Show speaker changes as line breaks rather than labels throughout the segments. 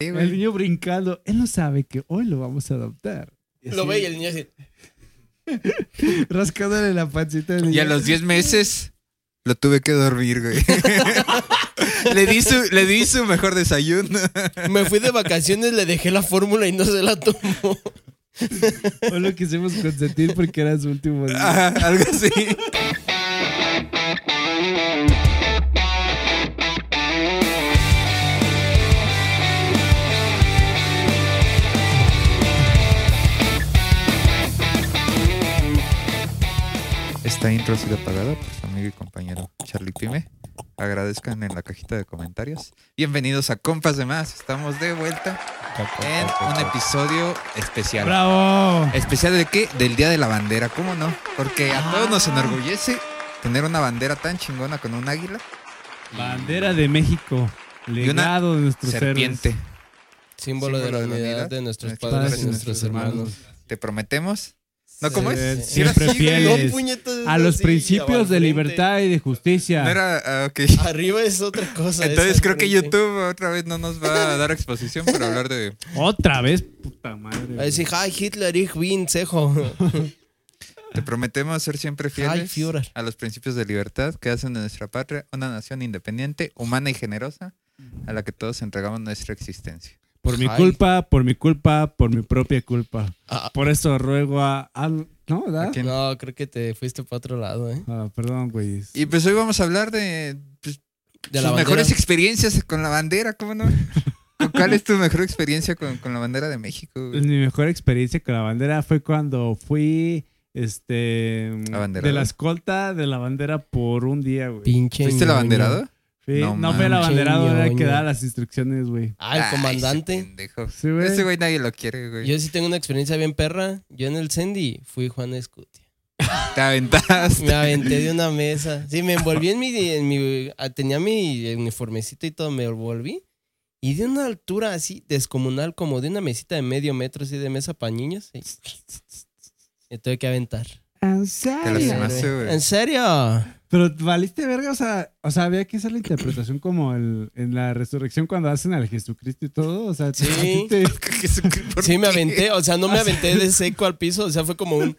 Sí,
El
güey.
niño brincando, él no sabe que hoy lo vamos a adoptar. Y
Lo
así,
ve y el niño así.
Rascándole la pancita del niño.
Y a los 10 meses lo tuve que dormir, güey. le, di su, le di su mejor desayuno.
Me fui de vacaciones, le dejé la fórmula y no se la tomó.
No lo quisimos consentir porque era su último día.
Ajá, algo así. Esta intro ha sido pagada por su amigo y compañero Charlie Pime. Agradezcan en la cajita de comentarios. Bienvenidos a Compas de Más. Estamos de vuelta en un episodio especial.
¡Bravo!
¿Especial de qué? Del Día de la Bandera, ¿cómo no? Porque a todos nos enorgullece tener una bandera tan chingona con un águila
Bandera de México.
una
Legado de nuestros
serpiente.
héroes.
Símbolo, de la unidad, de nuestros padres, y nuestros hermanos.
Te prometemos. ¿No cómo
Sí,
es?
sí.
¿Sí era
Siempre
así, güey?
fieles.
No, puñetas,
A los
así,
principios de
abajo,
libertad y de justicia.
No era, ah, ok.
Arriba es otra cosa.
Entonces
esa
creo que
frente.
YouTube otra vez no nos va a dar exposición para hablar de...
Otra vez, puta madre.
Va a decir, hi Hitler, ich bin Sejo.
Te prometemos ser siempre fieles
Führer.
a los principios de libertad que hacen de nuestra patria una nación independiente, humana y generosa a la que todos entregamos nuestra existencia.
Por mi
Ay.
culpa, por mi culpa, por mi propia culpa.
Ah.
Por eso ruego a. a- ¿No? ¿verdad?
¿A quién?
No, creo que te fuiste para otro lado, ¿eh?
Ah, perdón, güey.
Y pues hoy vamos a hablar de pues,
De la
sus
bandera.
mejores experiencias con la bandera, ¿cómo no? ¿Cu- ¿Cuál es tu mejor experiencia con, con la bandera de México? güey?
Pues, Mi mejor experiencia con la bandera fue cuando fui este
Abanderado.
de la escolta de la bandera por un día, güey.
Pinche.
¿Fuiste el
ñoño.
abanderado?
Fui-
No
No, fue el
manches,
abanderado, era el que
ñoño.
daba las instrucciones, güey.
Ah,
Ay,
el
ese
comandante.
pendejo.
Sí, güey.
Ese güey nadie lo quiere, güey.
Yo sí tengo una experiencia bien perra. Yo en el Sendy fui Juan Escutia.
Te aventaste.
Me aventé de una mesa. Sí, me envolví en mi, en mi- ah, Tenía mi uniformecito y todo, me envolví. Y de una altura así descomunal, como de una mesita de medio metro, así de mesa para niños. y- me tuve que aventar.
¿En
Te
serio?
lastimaste, güey.
¿En serio?
Pero valiste verga, o sea, o sea, había que hacer la interpretación como el, en la resurrección cuando hacen al Jesucristo y todo. O sea, te-
Sí.
te-
¿Por
Sí, me
qué? Ah,
aventé. O sea, no me aventé de seco al piso. O sea, fue como un.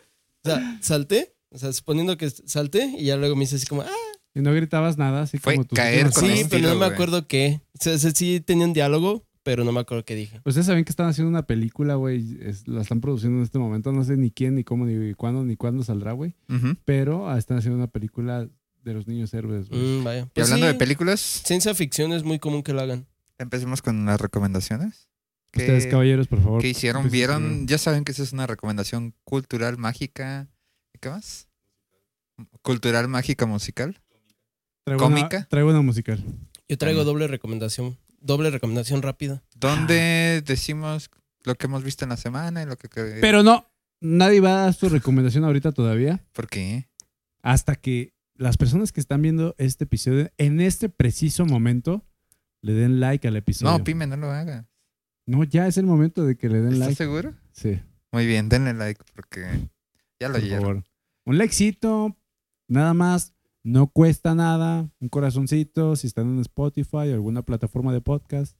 O sea, salté. O sea, suponiendo que salté y ya luego me hice así como, ah,
y no gritabas nada, así
Fue
como tú.
caer con
sí,
estilo,
pero no me
güey.
acuerdo qué. O sea, sí- sí tenía un diálogo, pero no me acuerdo qué dije.
Ustedes saben que están haciendo una película, güey. es- La están produciendo en este momento. No sé ni quién, ni cómo, ni cuándo, ni cuándo saldrá, güey.
Ujú.
Pero ah, están haciendo una película de los niños héroes, güey.
Mm, vaya.
Y
Pues
hablando
sí,
de películas,
Ciencia ficción es muy común que lo hagan.
empecemos con las recomendaciones. ¿Qué-
Ustedes, caballeros, por favor.
¿Qué hicieron?
Pues,
¿Vieron?
sí.
Ya saben que esa es una recomendación cultural, mágica. ¿Y ¿Qué más? Cultural, mágica, musical.
Ah.
Traigo
¿Cómica?
Una, traigo una musical.
Yo traigo
Ajá.
doble recomendación. Doble recomendación rápida.
Donde decimos lo que hemos visto en la semana y lo que... Pero,
Pero no, nadie va a dar su recomendación ahorita todavía.
¿Por qué?
Hasta que las personas que están viendo este episodio, en este preciso momento, le den like al episodio.
No, Pime, no lo haga.
No, ya es el momento de que le den
¿Estás
like.
seguro?
Sí,
Muy bien, denle like porque ya lo
por
oyeron.
favor. Un likecito, nada más. No cuesta nada. Un corazoncito si están en Spotify o alguna plataforma de podcast.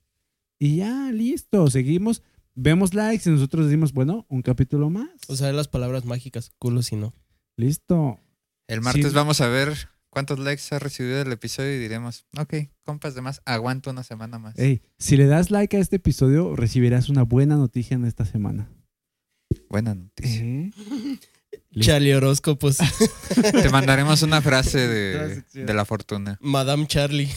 Y ya, listo. Seguimos. Vemos likes y nosotros decimos, bueno, un capítulo más.
O sea, las palabras mágicas, culo si no.
listo.
El martes
Sí.
vamos a ver cuántos likes ha recibido el episodio y diremos, ok, compas de más, aguanto una semana más.
Ey, si le das like a este episodio, recibirás una buena noticia en esta semana.
Buena noticia.
Listo.
Charlie Horóscopos.
Te mandaremos una frase de,
Gracias.
de la fortuna.
Madame Charlie.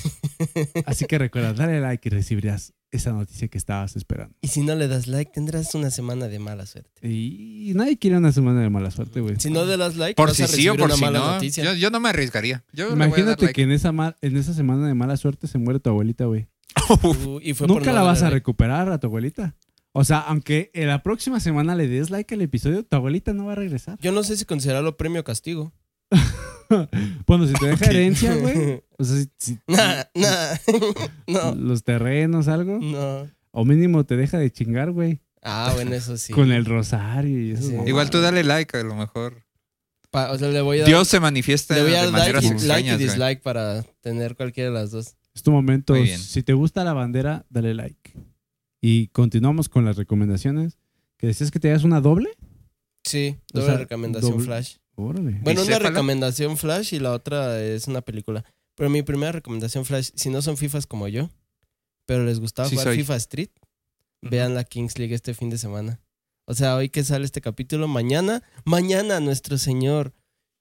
Así que recuerda, dale like y recibirás esa noticia que estabas esperando.
Y si no le das like, tendrás una semana de mala suerte.
Y nadie quiere una semana de mala suerte, güey.
Si no le das like,
Por
vas
si
a
sí
recibir
o por
una
si
mala
no.
noticia.
Yo, yo no me arriesgaría. Yo le voy a dar
Imagínate
like.
que en esa, ma- en esa semana de mala suerte se muere tu abuelita, güey.
Uh, y fue por
Nunca
no
la vas a
darle like.
recuperar a tu abuelita. O sea, aunque en la próxima semana le des like al episodio, tu abuelita no va a regresar.
Yo no sé si considerarlo premio o castigo.
Bueno, si te deja herencia, güey. O sea, si, si-
Nah, nah. no,
los terrenos, algo.
no.
O mínimo te deja de chingar, güey.
Ah, bueno, eso sí.
Con el rosario y eso.
Sí.
Igual tú dale like, a lo mejor.
Pa- o sea, le voy a dar,
Dios se manifiesta
le voy a
de
dar like,
maneras
y- like y
extrañas. güey.
dislike para tener cualquiera de las dos.
Es tu momento.
Muy bien.
Si te gusta la bandera, dale like. Y continuamos con las recomendaciones. ¿Que decías que te das una doble?
Sí,
O
doble
sea,
recomendación
doble-
Flash.
Órale.
Bueno, una
Bicéfala?
recomendación Flash y la otra es una película. Pero mi primera recomendación Flash, si no son FIFAs como yo, pero les gustaba
Sí
jugar
soy.
FIFA Street, vean la Kings League este fin de semana. O sea, hoy que sale este capítulo, mañana, mañana nuestro señor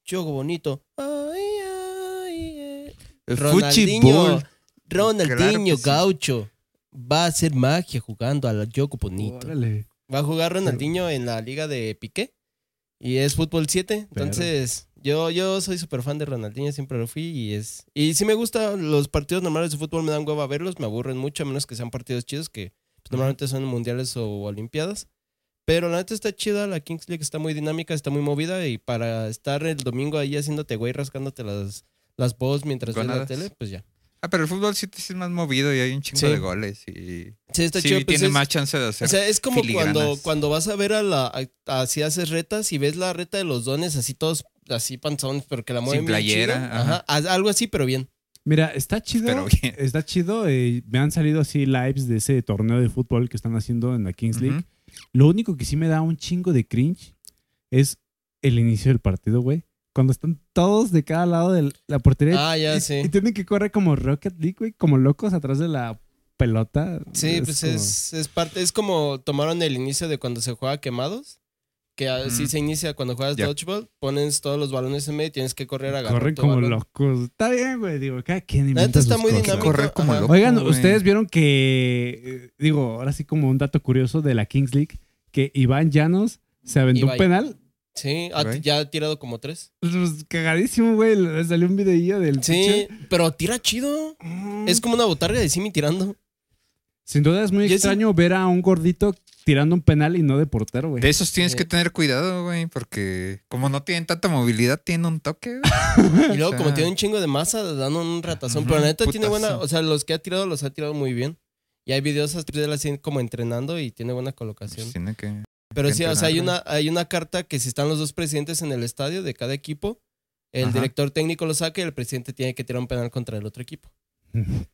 Choco Bonito. Ay, ay, ay.
El
Ronaldinho,
Fuchibol. Claro
Ronaldinho
que sí.
Gaucho va a hacer magia jugando a la Choco Bonito.
Órale.
Va a jugar Ronaldinho en la liga de Piqué. Y es fútbol 7. Entonces, yo, yo soy súper fan de Ronaldinho, siempre lo fui. Y es. Y sí me gusta los partidos normales de fútbol, me dan hueva verlos, me aburren mucho, a menos que sean partidos chidos que pues, normalmente son mundiales o olimpiadas. Pero la neta está chida, la Kings League está muy dinámica, está muy movida. Y para estar el domingo ahí haciéndote güey, rascándote las, las voz mientras ves la
Gonadas.
tele, pues ya.
Ah, pero el fútbol sí, sí es más movido y hay un chingo
Sí.
de goles. Y
Sí, está
sí
chido. pues,
tiene
es-
más chance de hacer.
O sea, es como
filigranas.
cuando, cuando vas a ver a la. a- así haces retas y ves la reta de los dones, así todos, así panzones, pero que la mueven. bien
playera,
chido. Ajá. A- Algo así, pero bien.
Mira, está chido.
Pero bien.
Está chido. eh, me han salido así lives de ese torneo de fútbol que están haciendo en la Kings League.
Ujú.
Lo único que sí me da un chingo de cringe es el inicio del partido, güey. Cuando están todos de cada lado de la portería.
Ah, ya
y,
sí.
y tienen que correr como Rocket League, güey, como locos atrás de la pelota.
Sí, pues
como-
es, es parte. Es como tomaron el inicio de cuando se juega quemados. Que así
Mm.
se inicia cuando juegas
Ya.
dodgeball. Pones todos los balones en medio y tienes que correr a agarrar.
Corren
tu
como
balón.
locos. Está bien, güey. Digo, cada quien
La neta
inventa
está
sus
muy
cosas.
dinámico.
Correr como
ajá.
loco.
Oigan,
güey.
ustedes vieron que, eh, digo, ahora sí como un dato curioso de la Kings League, que Iván Llanos se aventó
Ibai.
un penal.
Sí, ah,
Right.
ya ha tirado como tres.
Pues, cagadísimo, güey. Le salió un videillo del
Sí,
pinche-
pero tira chido.
Mm.
Es como una botarga de Simi tirando.
Sin duda es muy
Yo sí-
extraño ver a un gordito tirando un penal y no de portero, güey.
De esos tienes
Sí.
que tener cuidado, güey, porque como no tienen tanta movilidad, tienen un toque. güey.
Y
O
luego,
sea,
como tiene un chingo de masa, dan un ratazón.
Ujú,
Pero la neta tiene
putazo.
buena. O sea, los que ha tirado los ha tirado muy bien. Y hay videos así de él así como entrenando y tiene buena colocación.
pues, tiene que-
Pero
que
sí, o sea, hay
entrenarlo.
una, hay una carta que si están los dos presidentes en el estadio de cada equipo, el
Ajá.
director técnico lo saca y el presidente tiene que tirar un penal contra el otro equipo.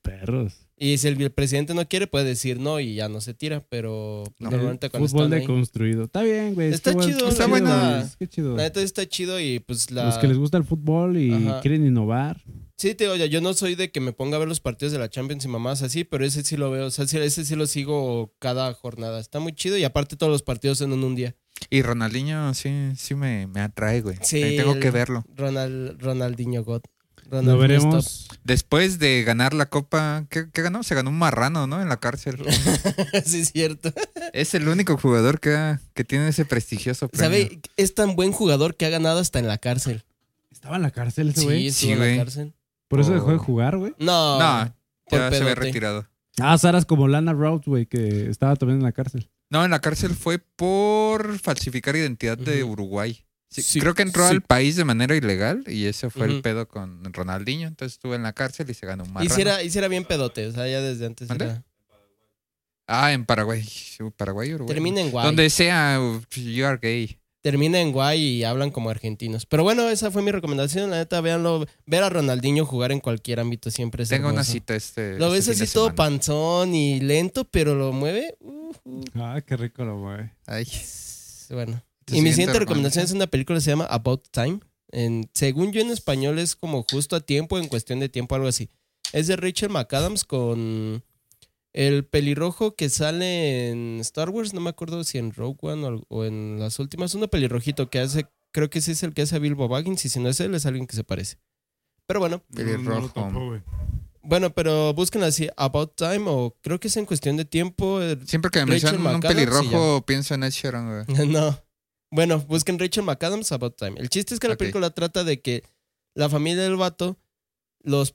Perros.
Y si el, el presidente no quiere, puede decir no y ya no se tira. Pero
No.
normalmente cuando
Fútbol
están ahí-
deconstruido. Está bien, güey.
Está
qué bueno-
chido,
qué
está
chido,
buena.
güey, Qué chido.
La neta está chido y pues la...
Los que les gusta el fútbol y
Ajá.
quieren innovar.
Sí, te oye, yo no soy de que me ponga a ver los partidos de la Champions y mamás así, pero ese sí lo veo, o sea, sí- ese sí lo sigo cada jornada. Está muy chido y aparte todos los partidos son en un día.
Y Ronaldinho sí, sí me, me atrae, güey.
Sí,
Eh, Tengo
el-
que verlo.
Ronald, Ronaldinho God.
Lo
Ronaldinho Stop.
veremos.
Después de ganar la copa, ¿qué, qué ganó? Se ganó un marrano, ¿no? En la cárcel.
sí, es cierto.
es el único jugador que, ha- que tiene ese prestigioso premio.
¿Sabe? Es tan buen jugador que ha ganado hasta en la cárcel.
Estaba en la cárcel ese
Sí,
güey.
estuvo
Sí,
en la
güey.
cárcel.
Por eso dejó de
Oh.
jugar, güey.
No,
No,
por
ya se había
pedote.
retirado.
Ah, Saras como Lana Route, güey, que estaba también en la cárcel.
No, en la cárcel fue por falsificar identidad de
Ujú.
Uruguay. Sí,
Sí,
creo que entró
sí.
al país de manera ilegal y ese fue
Ujú.
el pedo con Ronaldinho. Entonces estuvo en la cárcel y se ganó un marrano.
Hiciera, hiciera bien pedote, o sea, ya desde antes.
¿Mande?
era-
Ah, en Paraguay. Paraguay, Uruguay.
Termina en guay.
Donde sea, uh, you are gay.
termina en guay y hablan como argentinos. Pero bueno, esa fue mi recomendación. La neta, véanlo. Ver a Ronaldinho jugar en cualquier ámbito siempre es
Tengo una
hermoso.
cita este.
Lo
este
ves
fin de
así todo
semana.
panzón y lento, pero lo mueve. ujú.
Ah, qué rico lo, güey.
Ay.
pues, Bueno.
Tu
y mi
siguiente
siguiente recomendación es
recomendación.
una película que se llama About Time. En, según yo en español es como justo a tiempo, en cuestión de tiempo, algo así. Es de Rachel McAdams con el pelirrojo que sale en Star Wars, no me acuerdo si en Rogue One o, o en las últimas. Uno pelirrojito que hace, creo que sí es el que hace a Bilbo Baggins y si no es él es alguien que se parece. Pero bueno,
Pelirrojo.
bueno, pero busquen así About Time o creo que es en cuestión de tiempo. eh,
Siempre que me
Rachel
mencionan un
McAdams se
pelirrojo, pienso en Ed Sheeran, güey.
No. Bueno, busquen Rachel McAdams About Time. El chiste es que la
Ok.
película trata de que la familia del vato, los,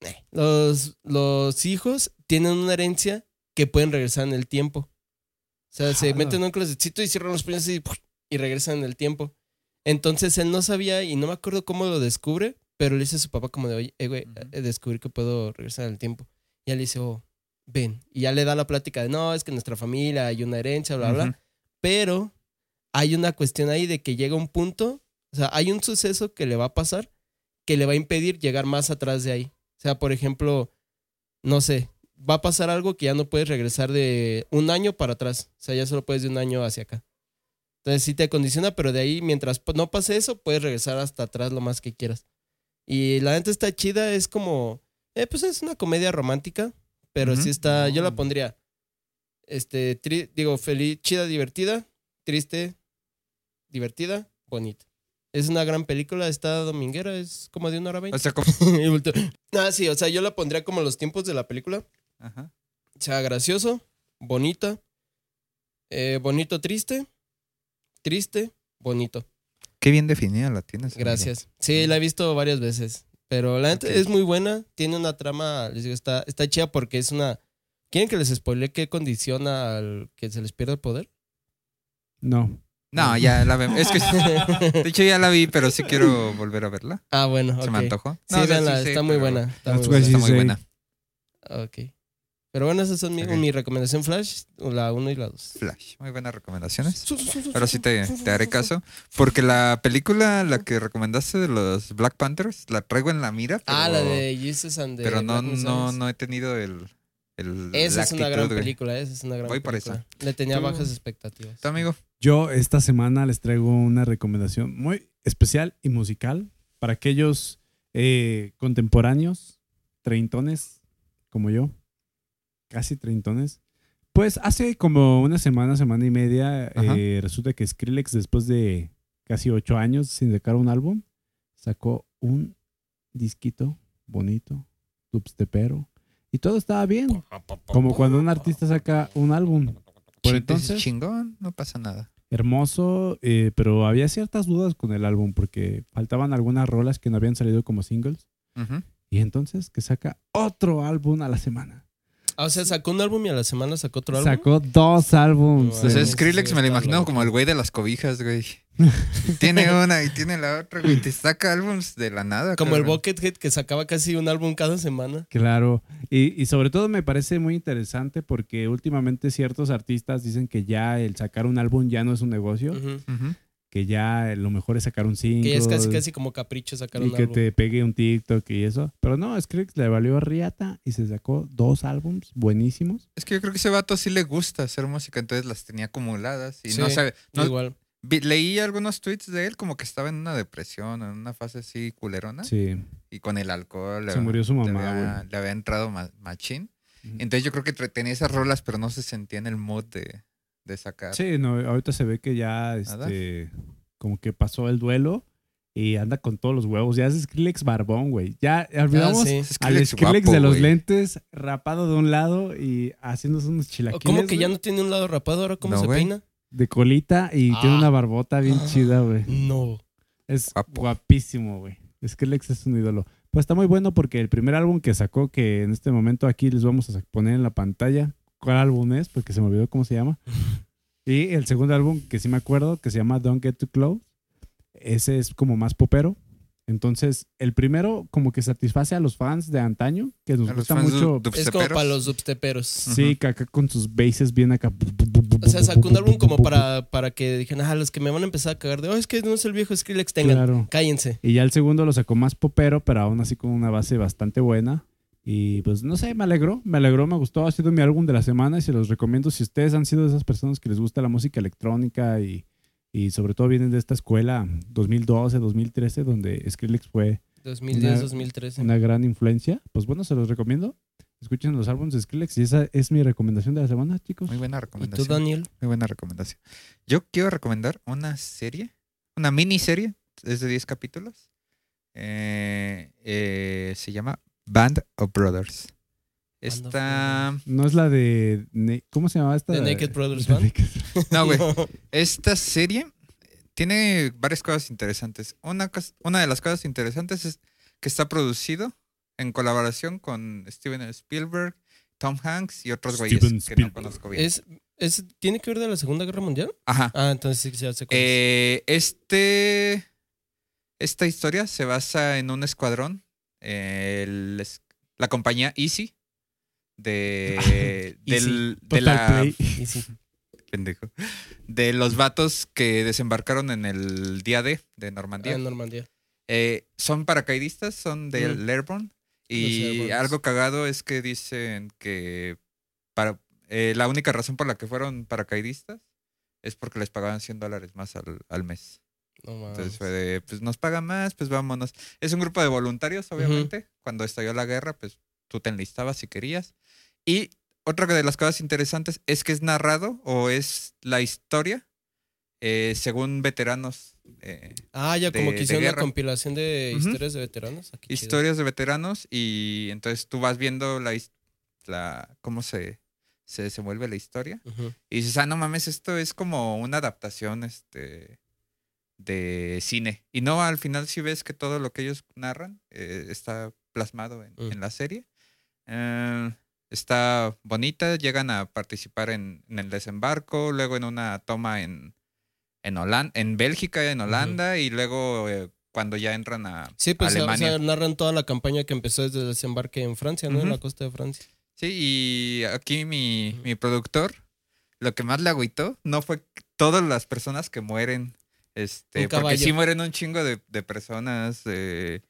eh, los, los hijos tienen una herencia que pueden regresar en el tiempo. O sea, se
Jala.
meten en un closetcito y cierran los puños y, ¡puf! y regresan en el tiempo. Entonces él no sabía y no me acuerdo cómo lo descubre, pero le dice a su papá como de, oye, eh, güey,
Ujú.
eh, descubrí que puedo regresar en el tiempo. Y él le dice, oh, ven. Y ya le da la plática de, no, es que en nuestra familia hay una herencia, bla, bla, bla.
Ujú.
Pero hay una cuestión ahí de que llega un punto, o sea, hay un suceso que le va a pasar que le va a impedir llegar más atrás de ahí. O sea, por ejemplo, no sé, va a pasar algo que ya no puedes regresar de un año para atrás. O sea, ya solo puedes de un año hacia acá. Entonces sí te acondiciona, pero de ahí, mientras pa- no pase eso, puedes regresar hasta atrás lo más que quieras. Y la neta está chida, es como. eh, pues es una comedia romántica, pero
Ujú.
sí está. Yo la
Mm.
pondría. Este, tri- digo, feliz, chida, divertida, triste, divertida, bonita. Es una gran película, está dominguera, es como de una hora
O
veinte.
sea, como...
Y volteo. ah, sí, o sea, yo la pondría como los tiempos de la película.
Ajá.
O sea, gracioso, bonita, eh, bonito, triste, triste, bonito.
Qué bien definida la tienes. amigo.
Gracias. Sí, la he visto varias veces. Pero la neta
Ok.
es muy buena. Tiene una trama, les digo, está, está chida porque es una. ¿Quieren que les spoile qué condiciona al que se les pierda el poder?
No.
No, ya la vemos. Es que de hecho ya la vi, pero sí quiero volver a verla.
ah, bueno.
Se
ok.
me antojó.
Sí,
No, o sea,
véanla,
sé,
está muy
pero
buena. Está muy
That's what
buena.
Está muy
Sí, sí.
buena.
Ok. Pero bueno, esas son mi,
Ok.
mi recomendación Flash, la 1 y la 2.
Flash. Muy buenas recomendaciones. Ahora sí te, te haré caso. Porque la película, la que recomendaste de los Black Panthers, la traigo en la mira. Pero,
Ah, la de Jesus and the
Pero no,
Black
no,
Messiah.
no he tenido el. el
Esa
la
es una
actitud,
gran
güey.
película, esa es una gran
Voy por
película. Le tenía
Tú-
bajas expectativas.
¿Tú, amigo?
Yo esta semana les traigo una recomendación muy especial y musical para aquellos eh, contemporáneos, treintones, como yo, casi treintones. Pues hace como una semana, semana y media,
Ajá.
eh, resulta que Skrillex, después de casi ocho años sin sacar un álbum, sacó un disquito bonito, tupstepero, y todo estaba bien. Como cuando un artista saca un álbum. Por
Chin-
entonces-
Chingón, no pasa nada.
hermoso, eh, pero había ciertas dudas con el álbum porque faltaban algunas rolas que no habían salido como singles.
Ujú.
Y entonces que saca otro álbum a la semana.
Ah, o sea, sacó un álbum y a la semana sacó otro álbum.
Sacó dos álbums.
O sea,
eh,
sí,
Pues Skrillex
sí,
me lo
está
imagino
loco.
como el güey de las cobijas, güey. tiene una y tiene la otra, güey. Te saca álbums de la nada.
Como el
cabrón.
Buckethead que sacaba casi un álbum cada semana.
Claro. Y, y sobre todo me parece muy interesante porque últimamente ciertos artistas dicen que ya el sacar un álbum ya no es un negocio,
Ujú.
Ujú.
que ya lo mejor es sacar un single.
Que ya es casi casi como capricho sacar
y
un
que
álbum.
te pegue un TikTok y eso. Pero no, Skrillex le valió a Riata y se sacó dos álbums buenísimos.
Es que yo creo que ese vato sí le gusta hacer música, entonces las tenía acumuladas. Y no
Sí,
sabe. no-
Igual.
vi- leí algunos tweets de él como que estaba en una depresión, en una fase así culerona.
Sí.
Y con el alcohol. le
Se
había-
murió su
le
mamá,
había-
güey.
Le había entrado ma- machín.
Ujú.
Entonces yo creo que tre- tenía esas rolas, pero no se sentía en el mood de, de sacar.
Sí, no, ahorita se ve que ya
Nada.
este, como que pasó el duelo y anda con todos los huevos. Ya es Skrillex barbón, güey. Ya olvidamos
Ah, sí.
Es
al
Skrillex
Skrillex
guapo,
de los
güey.
lentes rapado de un lado y haciéndose unos
O
chilaquiles
¿Cómo que ya
güey,
no tiene un lado rapado? ¿Ahora cómo
No,
se
güey.
peina?
de colita y
Ah.
tiene una barbota bien
Ah.
chida, güey.
No.
Es
Guapo.
guapísimo, güey. Skrillex es un ídolo. Pues está muy bueno porque el primer álbum que sacó, que en este momento aquí les vamos a sa- poner en la pantalla cuál álbum es, porque se me olvidó cómo se llama. Y el segundo álbum que sí me acuerdo, que se llama Don't Get Too Close, ese es como más popero. Entonces, el primero como que satisface a los fans de antaño, que nos
A los
gusta
fans
mucho.
du-
Es como
dubsteperos.
para los dubsteperos.
Sí, que acá con sus bases bien acá.
O sea, sacó un álbum como para, para que dijeran, ah, los que me van a empezar a cagar de, oh, es que no es el viejo Skrillex, tengan,
Claro.
cállense.
Y ya el segundo lo sacó más popero, pero aún así con una base bastante buena. Y pues no sé, me alegró, me alegró, me gustó. Ha sido mi álbum de la semana y se los recomiendo. Si ustedes han sido de esas personas que les gusta la música electrónica y, y sobre todo vienen de esta escuela 2012, 2013, donde Skrillex fue
2010,
Una-
2013.
una gran influencia, pues bueno, se los recomiendo. Escuchen los álbumes de Skrillex y esa es mi recomendación de la semana, chicos.
Muy buena
¿Y tú,
recomendación.
Daniel?
Muy buena recomendación. Yo quiero recomendar una serie, una miniserie, es de 10 capítulos. Eh, eh, se llama Band of Brothers.
Band of
Esta,
No es la de... Ne- ¿Cómo se llamaba esta?
The Naked Brothers
The
Band.
Naked-
no, güey, esta serie tiene varias cosas interesantes. Una, cos- una de las cosas interesantes es que está producido en colaboración con Steven Spielberg, Tom Hanks y otros
Steven
güeyes que
Spielberg.
no conozco bien.
¿Es, es, ¿Tiene que ver de la Segunda Guerra Mundial?
Ajá.
Ah, entonces sí, ya sé cuál es.
Eh, este. Esta historia se basa en un escuadrón. el es- la compañía Easy. De. del- de
Total
la.
Play.
Y sí.
pendejo, de los vatos que desembarcaron en el día D de
Ah,
Normandía.
en Normandía.
Eh, son paracaidistas, son del Airborne. Y
Los
algo cagado es que dicen que para eh, la única razón por la que fueron paracaidistas es porque les pagaban 100 dólares más al, al mes.
No mames.
Entonces fue de, pues nos pagan más, pues vámonos. Es un grupo de voluntarios, obviamente. Cuando estalló la guerra, pues tú te enlistabas si querías. Y otra de las cosas interesantes es que es narrado o es la historia eh, según veteranos. eh,
ah, ya
de-
como que
de
hicieron una
guerra.
compilación de
Ujú.
historias de veteranos. Ah, qué chido.
historias de veteranos y entonces tú vas viendo la, his- la cómo se, se desenvuelve la historia
Ujú.
y dices, ah, no mames, esto es como una adaptación este, de cine. Y no, al final sí ves que todo lo que ellos narran eh, está plasmado en,
Mm.
en la serie. Eh, está bonita, llegan a participar en, en el desembarco, luego en una toma en, en, Holan- en Bélgica, en Holanda, y luego eh, cuando ya entran a
Sí, pues o sea,
Alemania.
narran toda la campaña que empezó desde el desembarque en Francia, ¿no? En
Ujú.
la costa de Francia.
Sí, y aquí mi,
Ujú.
mi productor, lo que más le agüitó no fue todas las personas que mueren.
Un
Este, porque
caballo.
sí mueren un chingo de, de personas. eh,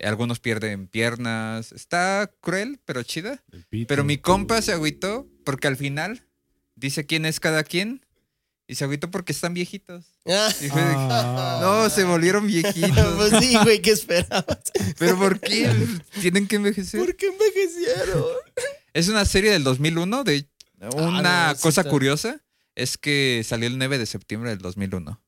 algunos pierden piernas. Está cruel, pero chida.
El pito.
Pero mi compa se agüitó porque al final dice quién es cada quien. Y se agüitó porque están viejitos. Y fue de,
Ah.
no, se volvieron viejitos.
pues sí, güey, ¿qué esperabas?
¿Pero por qué? Tienen que envejecer.
¿Por qué envejecieron?
Es una serie del 2001. De una
no, Ah, sí
cosa
está.
curiosa es que salió el 9 de septiembre del 2001.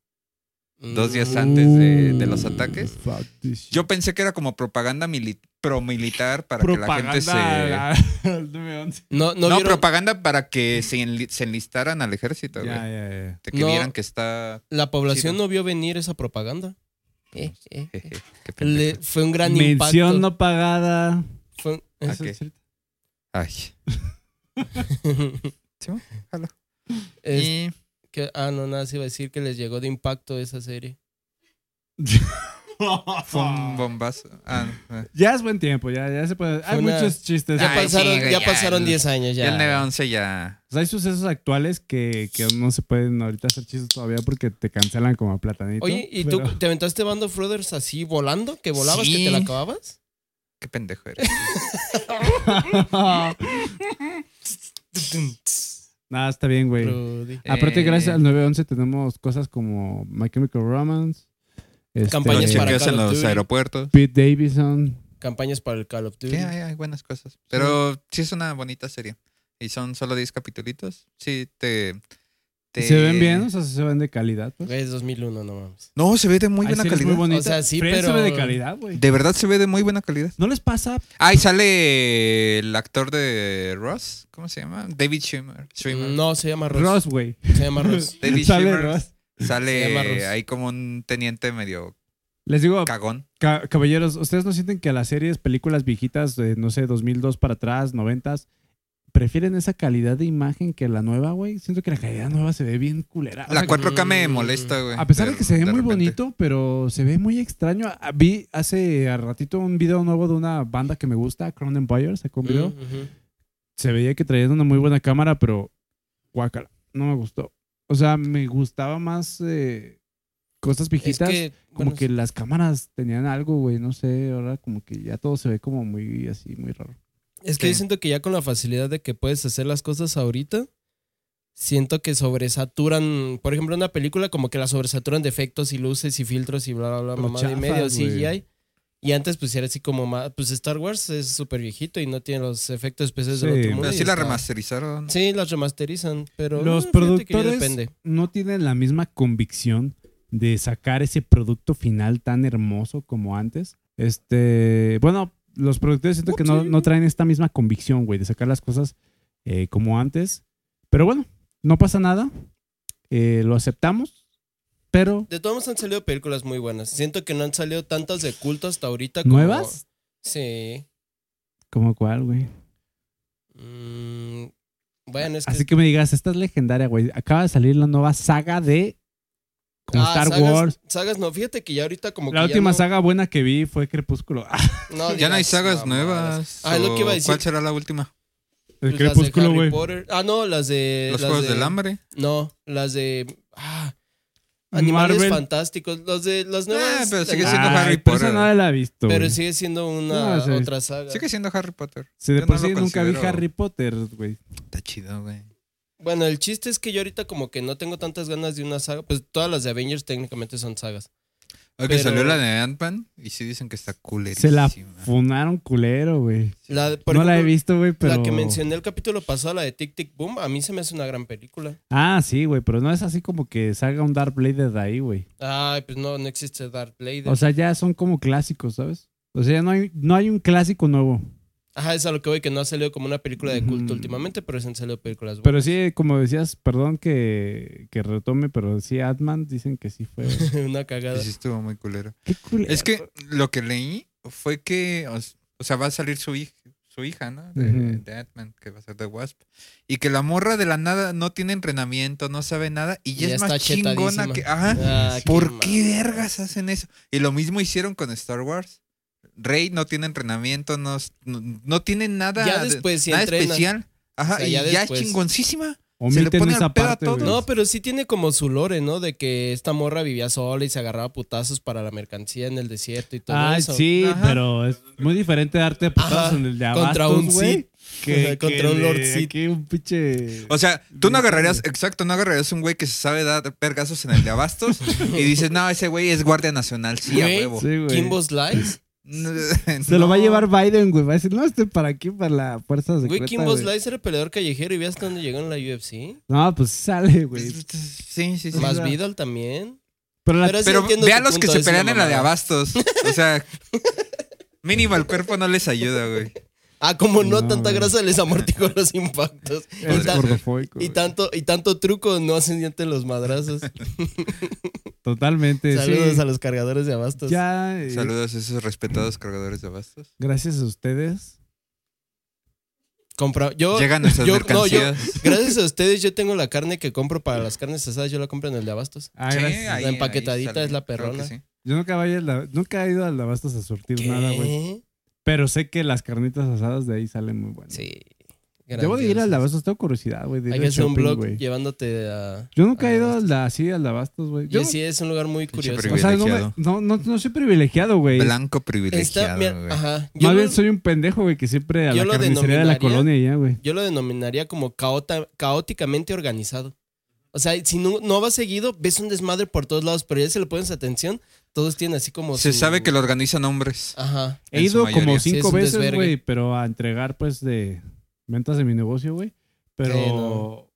Dos días
Mm.
antes de- de los ataques.
Fuck this shit.
Yo pensé que era como propaganda mili- promilitar para que la gente
Propaganda al 911.
No,
se...
no,
No,
vieron
propaganda para que se, enli- se enlistaran al ejército, güey.
Ya, ya, ya.
De que
No.
vieran que está...
La población
Chido.
no vio venir esa propaganda. Eh, eh, eh.
Jeje, qué
Le-
pendejo.
fue un gran
Mención
impacto.
no pagada.
Fue un-
Ah,
Eso
¿qué?
es cierto.
Ay.
Ah.
Jalo.
Es
Y-
que- ah, no, nada, se iba a decir que les llegó de impacto esa serie.
Fue un bombazo. Ah, ah.
Ya es buen tiempo, ya, ya se puede. Hay
Fue una-
muchos chistes.
Ya
Ay,
pasaron,
sí, güey,
ya
ya
pasaron
el-
10 años.
Ya el
Ya.
9-11 ya...
O sea, hay sucesos actuales que, que no se pueden ahorita hacer chistes todavía porque te cancelan como a platanito.
Oye, ¿y
pero-
tú te aventaste Band of Brothers así volando? ¿Que volabas?
Sí.
¿Que te la acababas?
Qué pendejo eres.
Nada, está bien, güey.
Rudy.
Aparte,
Eh,
gracias al 911 tenemos cosas como My Chemical Romance, este,
Campañas
Los
para
chequeos
Call
en
of
los
Duty.
aeropuertos.
Pete Davidson.
Campañas para el Call of
Sí,
Duty.
hay, hay buenas cosas. Pero sí es una bonita serie. Y son solo 10 capitulitos. Sí, te, te-
Se ven bien, o sea, se ven de calidad. Pues.
Güey, es 2001, no mames.
No, se ve de muy
Hay
buena
series
calidad.
bonitas.
O sea, sí,
Friends
pero-
se ve de calidad, güey.
de verdad se ve de muy buena calidad.
¿No les pasa?
Ah, y sale el actor de Ross. ¿Cómo se llama? David Schwimmer. Schwimmer.
No, se llama Ross.
Ross, güey.
Se llama Ross.
David
Sale
Schwimmer.
Ross.
Sale
Se llama Ross.
ahí como un teniente medio
Les digo,
cagón.
Ca- Caballeros, ¿ustedes no sienten que a las series, películas viejitas de, no sé, 2002 para atrás, 90 prefieren esa calidad de imagen que la nueva, güey? Siento que la calidad nueva se ve bien culera. O
La
sea,
4K me
mm,
molesta, güey.
Ah, a pesar de que se ve muy
repente.
bonito, pero se ve muy extraño. Ah, Vi hace al ratito un video nuevo de una banda que me gusta, Crown Empire, sacó un video.
Mm, ujú.
Se veía que traían una muy buena cámara, pero guácala, no me gustó. O sea, me gustaba más eh, cosas
Es
viejitas.
que,
Como
bueno,
que las cámaras tenían algo, güey, no sé, ahora como que ya todo se ve como muy así, muy raro.
Es que
Sí.
yo siento que ya con la facilidad de que puedes hacer las cosas ahorita, siento que sobresaturan, por ejemplo, una película como que la sobresaturan de efectos y luces y filtros y bla, bla, bla,
Pero
mamá y medio,
chafas, güey.
CGI. Y antes pues era así como más, pues Star Wars es súper viejito y no tiene los efectos especiales
Sí, pues,
del otro
pero
mundo.
Pero
y
sí la
está-
remasterizaron.
Sí, las remasterizan, pero...
Los
eh, fíjate que ya
productores
Depende.
no tienen la misma convicción de sacar ese producto final tan hermoso como antes. Este, bueno, los productores siento que no, no traen esta misma convicción, güey, de sacar las cosas eh, como antes. Pero bueno, no pasa nada, eh, lo aceptamos, pero
De todos modos han salido películas muy buenas. Siento que no han salido tantas de culto hasta ahorita. como-
¿nuevas?
Sí.
¿Como cuál, güey?
Mm, bueno, es que...
Así que me digas, esta es legendaria, güey. Acaba de salir la nueva saga de como
Ah,
Star
sagas-
Wars.
Sagas no, fíjate que ya ahorita como que
La
ya
última
no-
saga buena que vi fue Crepúsculo. Ah,
No,
Ya no hay
digas
sagas
mamadas.
nuevas.
Ah, es lo que iba a
¿O
decir.
¿Cuál será la última?
el
Pues las de
Crepúsculo,
Harry
güey.
Potter. Ah, no, las de.
Los
las
Juegos
de-
del Hambre.
No, las de. Ah, Animales
Marvel.
fantásticos. Los de las nuevas.
Ah, pero sigue
la-
siendo Harry
pero
Potter.
Esa nadie la ha visto.
pero
güey.
sigue siendo una
No, sí.
otra saga.
Sigue siendo Harry Potter.
Si de
yo
por
no
sí
lo
nunca vi
considero-
Harry Potter, güey.
Está chido, güey.
Bueno, el chiste es que yo ahorita como que no tengo tantas ganas de una saga. Pues todas las de Avengers técnicamente son sagas.
Oye,
Pero-
que salió la de Ant-Man y sí dicen que está
Se
culerísima.
la funaron culero, güey.
La, de- por
No la he
ejemplo,
visto, güey, pero...
La que mencioné el capítulo pasado, la de Tic Tic Boom, a mí se me hace una gran película.
Ah, sí, güey, pero no es así como que salga un Dark Blade desde ahí, güey.
Ay, pues no, no existe Dark Blade.
O sea, ya son como clásicos, ¿sabes? O sea, ya no hay, no hay un clásico nuevo.
Ajá, es a lo que voy, que no ha salido como una película de culto
Ujú.
últimamente, pero se han salido películas
Pero
buenas.
sí, como decías, perdón que, que retome, pero sí, Atman dicen que sí fue.
una cagada.
Sí, estuvo muy culero.
Qué culero.
Es que lo que leí fue que, o, s- o sea, va a salir su hija, su hija, ¿no? De,
Ujú.
de Ant-Man, que va a ser de Wasp. Y que la morra de la nada no tiene entrenamiento, no sabe nada y ya,
Ya
es
está
más chingona
chetadísima.
que. Ajá.
Ah,
¿Por qué
mal.
vergas hacen eso? Y lo mismo hicieron con Star Wars. Rey no tiene entrenamiento, no, s- no, no tiene nada,
Ya
de-
después sí
nada
entrena.
especial. Ajá,
O sea,
y
ya
ya,
después.
es chingoncísima.
Omiten
se le pone
esa
al pedo a
parte, güey.
todos.
No, pues, pero sí tiene como su lore, ¿no? De que esta morra vivía sola y se agarraba putazos para la mercancía en el desierto y todo
Ah,
eso.
sí,
Ajá.
pero es muy diferente darte putazos
Ajá,
en el de
contra
abastos,
un
güey,
Sith.
que-
Ajá, contra
que
un
de
Lord Sith.
Aquí un pinche...
O sea, tú no
Sí,
agarrarías,
güey.
exacto, no agarrarías un güey que se sabe dar vergazos en el de abastos y dices, no, ese güey es guardia nacional, sí, a
Güey,
huevo.
Sí, güey.
Kimbo Slice.
Se lo va a llevar Biden, güey. Va a decir, no, este para aquí, para la fuerza secreta,
Güey, Kimbo
güey".
Slice era peleador callejero y veas cuando llegó en la UFC.
No, pues sale, güey.
Sí, sí, sí.
Más
va.
Vidal también.
Pero la
Pero sí
Pero
entiendo
ve a
tu
los que
punto,
se
es una
pelean en la de
mamada.
abastos. O sea, mínimo al cuerpo no les ayuda, güey.
Ah, como no,
No,
tanta
güey.
grasa les amortiguó los impactos.
es
Y, ta-
gordofóbico,
y
güey.
tanto, y tanto truco no hacen dientes los madrazos.
Totalmente,
Saludos
sí.
a los cargadores de abastos.
Ya, eh,
Saludos a esos respetados cargadores de abastos.
gracias a ustedes.
Compra- yo,
Llegan nuestras
yo- no, yo-
mercancías.
gracias a ustedes, yo tengo la carne que compro para las carnes asadas, yo la compro en el de abastos.
Ah,
Sí,
gracias.
ahí-
La empaquetadita
sale,
es la
claro que
perrona.
sí.
Yo nunca, vaya a la- nunca he ido a la Bastos a surtir
¿Qué?
nada, güey. Pero sé que las carnitas asadas de ahí salen muy buenas.
Sí.
Debo de ir al
grandiosas.
Abastos, tengo curiosidad, güey. de ir
Hay
al
que hacer un
shopping,
blog
güey.
llevándote a.
Yo nunca
a
he ido
Abastos.
al- así al Abastos, güey. Yo
Y sí, es un lugar muy
Pinche
curioso.
O sea, no, me-
Privilegiado.
no, no, no soy privilegiado, güey.
Blanco
Está,
privilegiado,
mira,
güey.
ajá. Yo
Más
lo-
bien soy un pendejo, güey, que siempre a la
yo lo
carnicería de la
denominaría-
colonia ya, güey.
yo lo denominaría como caota- caóticamente organizado. O sea, si no, no vas seguido, ves un desmadre por todos lados, pero ya se le pones atención, todos tienen así como.
Se
su-
sabe que lo organizan hombres.
Ajá.
He
en su
ido
mayoría.
como
Sí, es
cinco
un
veces,
desvergue.
güey, pero a entregar, pues, de ventas de mi negocio, güey. Pero,
Sí, no.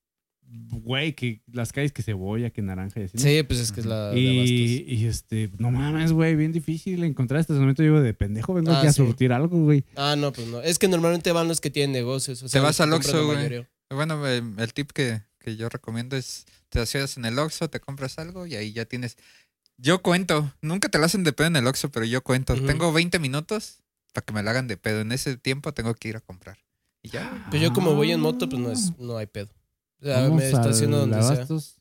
güey, que las calles que cebolla, que naranja y así. ¿no?
Sí, pues es que es la. de
Y, y, este, no mames, güey, bien difícil encontrar estacionamiento. Yo de pendejo vengo
Ah,
aquí a
sí.
surtir algo, güey.
Abastos. ah, no, pues no. Es que normalmente van los que tienen negocios. O sea,
Te vas
los que
al
compran
Oxxo,
la
güey.
mayoría.
Bueno, eh, el tip que, que yo recomiendo es te hacías en el Oxxo, te compras algo y ahí ya tienes. Yo cuento, nunca te lo hacen de pedo en el Oxxo, pero yo cuento.
Ujú.
Tengo 20 minutos para que me la hagan de pedo. En ese tiempo tengo que ir a comprar. Y ya. güey.
Pues yo, como voy en moto, pues no, es, no hay pedo. O sea,
Ah. Vamos
me estaciono
al
donde sea.
Abastos.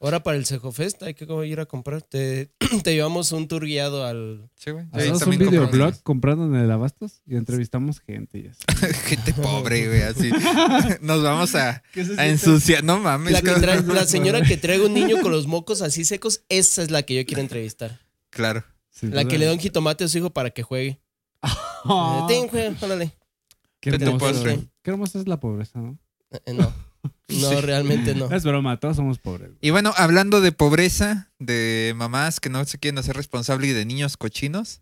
Ahora para el Sejo Fest hay que ir a comprar. Te, te llevamos un tour guiado al.
Sí, güey. Ahí
Hacemos un
también compro
videoblog comprando en el Abastos y entrevistamos gente. y así.
Gente pobre, güey, así. Nos vamos a, a
En su-
ensuciar. No mames.
La, que
cabrón.
trae- la señora que trae un niño con los mocos así secos, esa es la que yo quiero entrevistar.
Claro.
sin
La
duda.
que le da un jitomate a su hijo para que juegue. Eh,
Ah,
Ten, juega, órale.
qué,
Ten tu
hermoso,
postre.
güey. Qué hermosa es la pobreza, ¿no?
Eh, No, no, realmente no.
Es broma, todos somos pobres. güey.
Y bueno, hablando de pobreza, de mamás que no se quieren hacer responsable y de niños cochinos,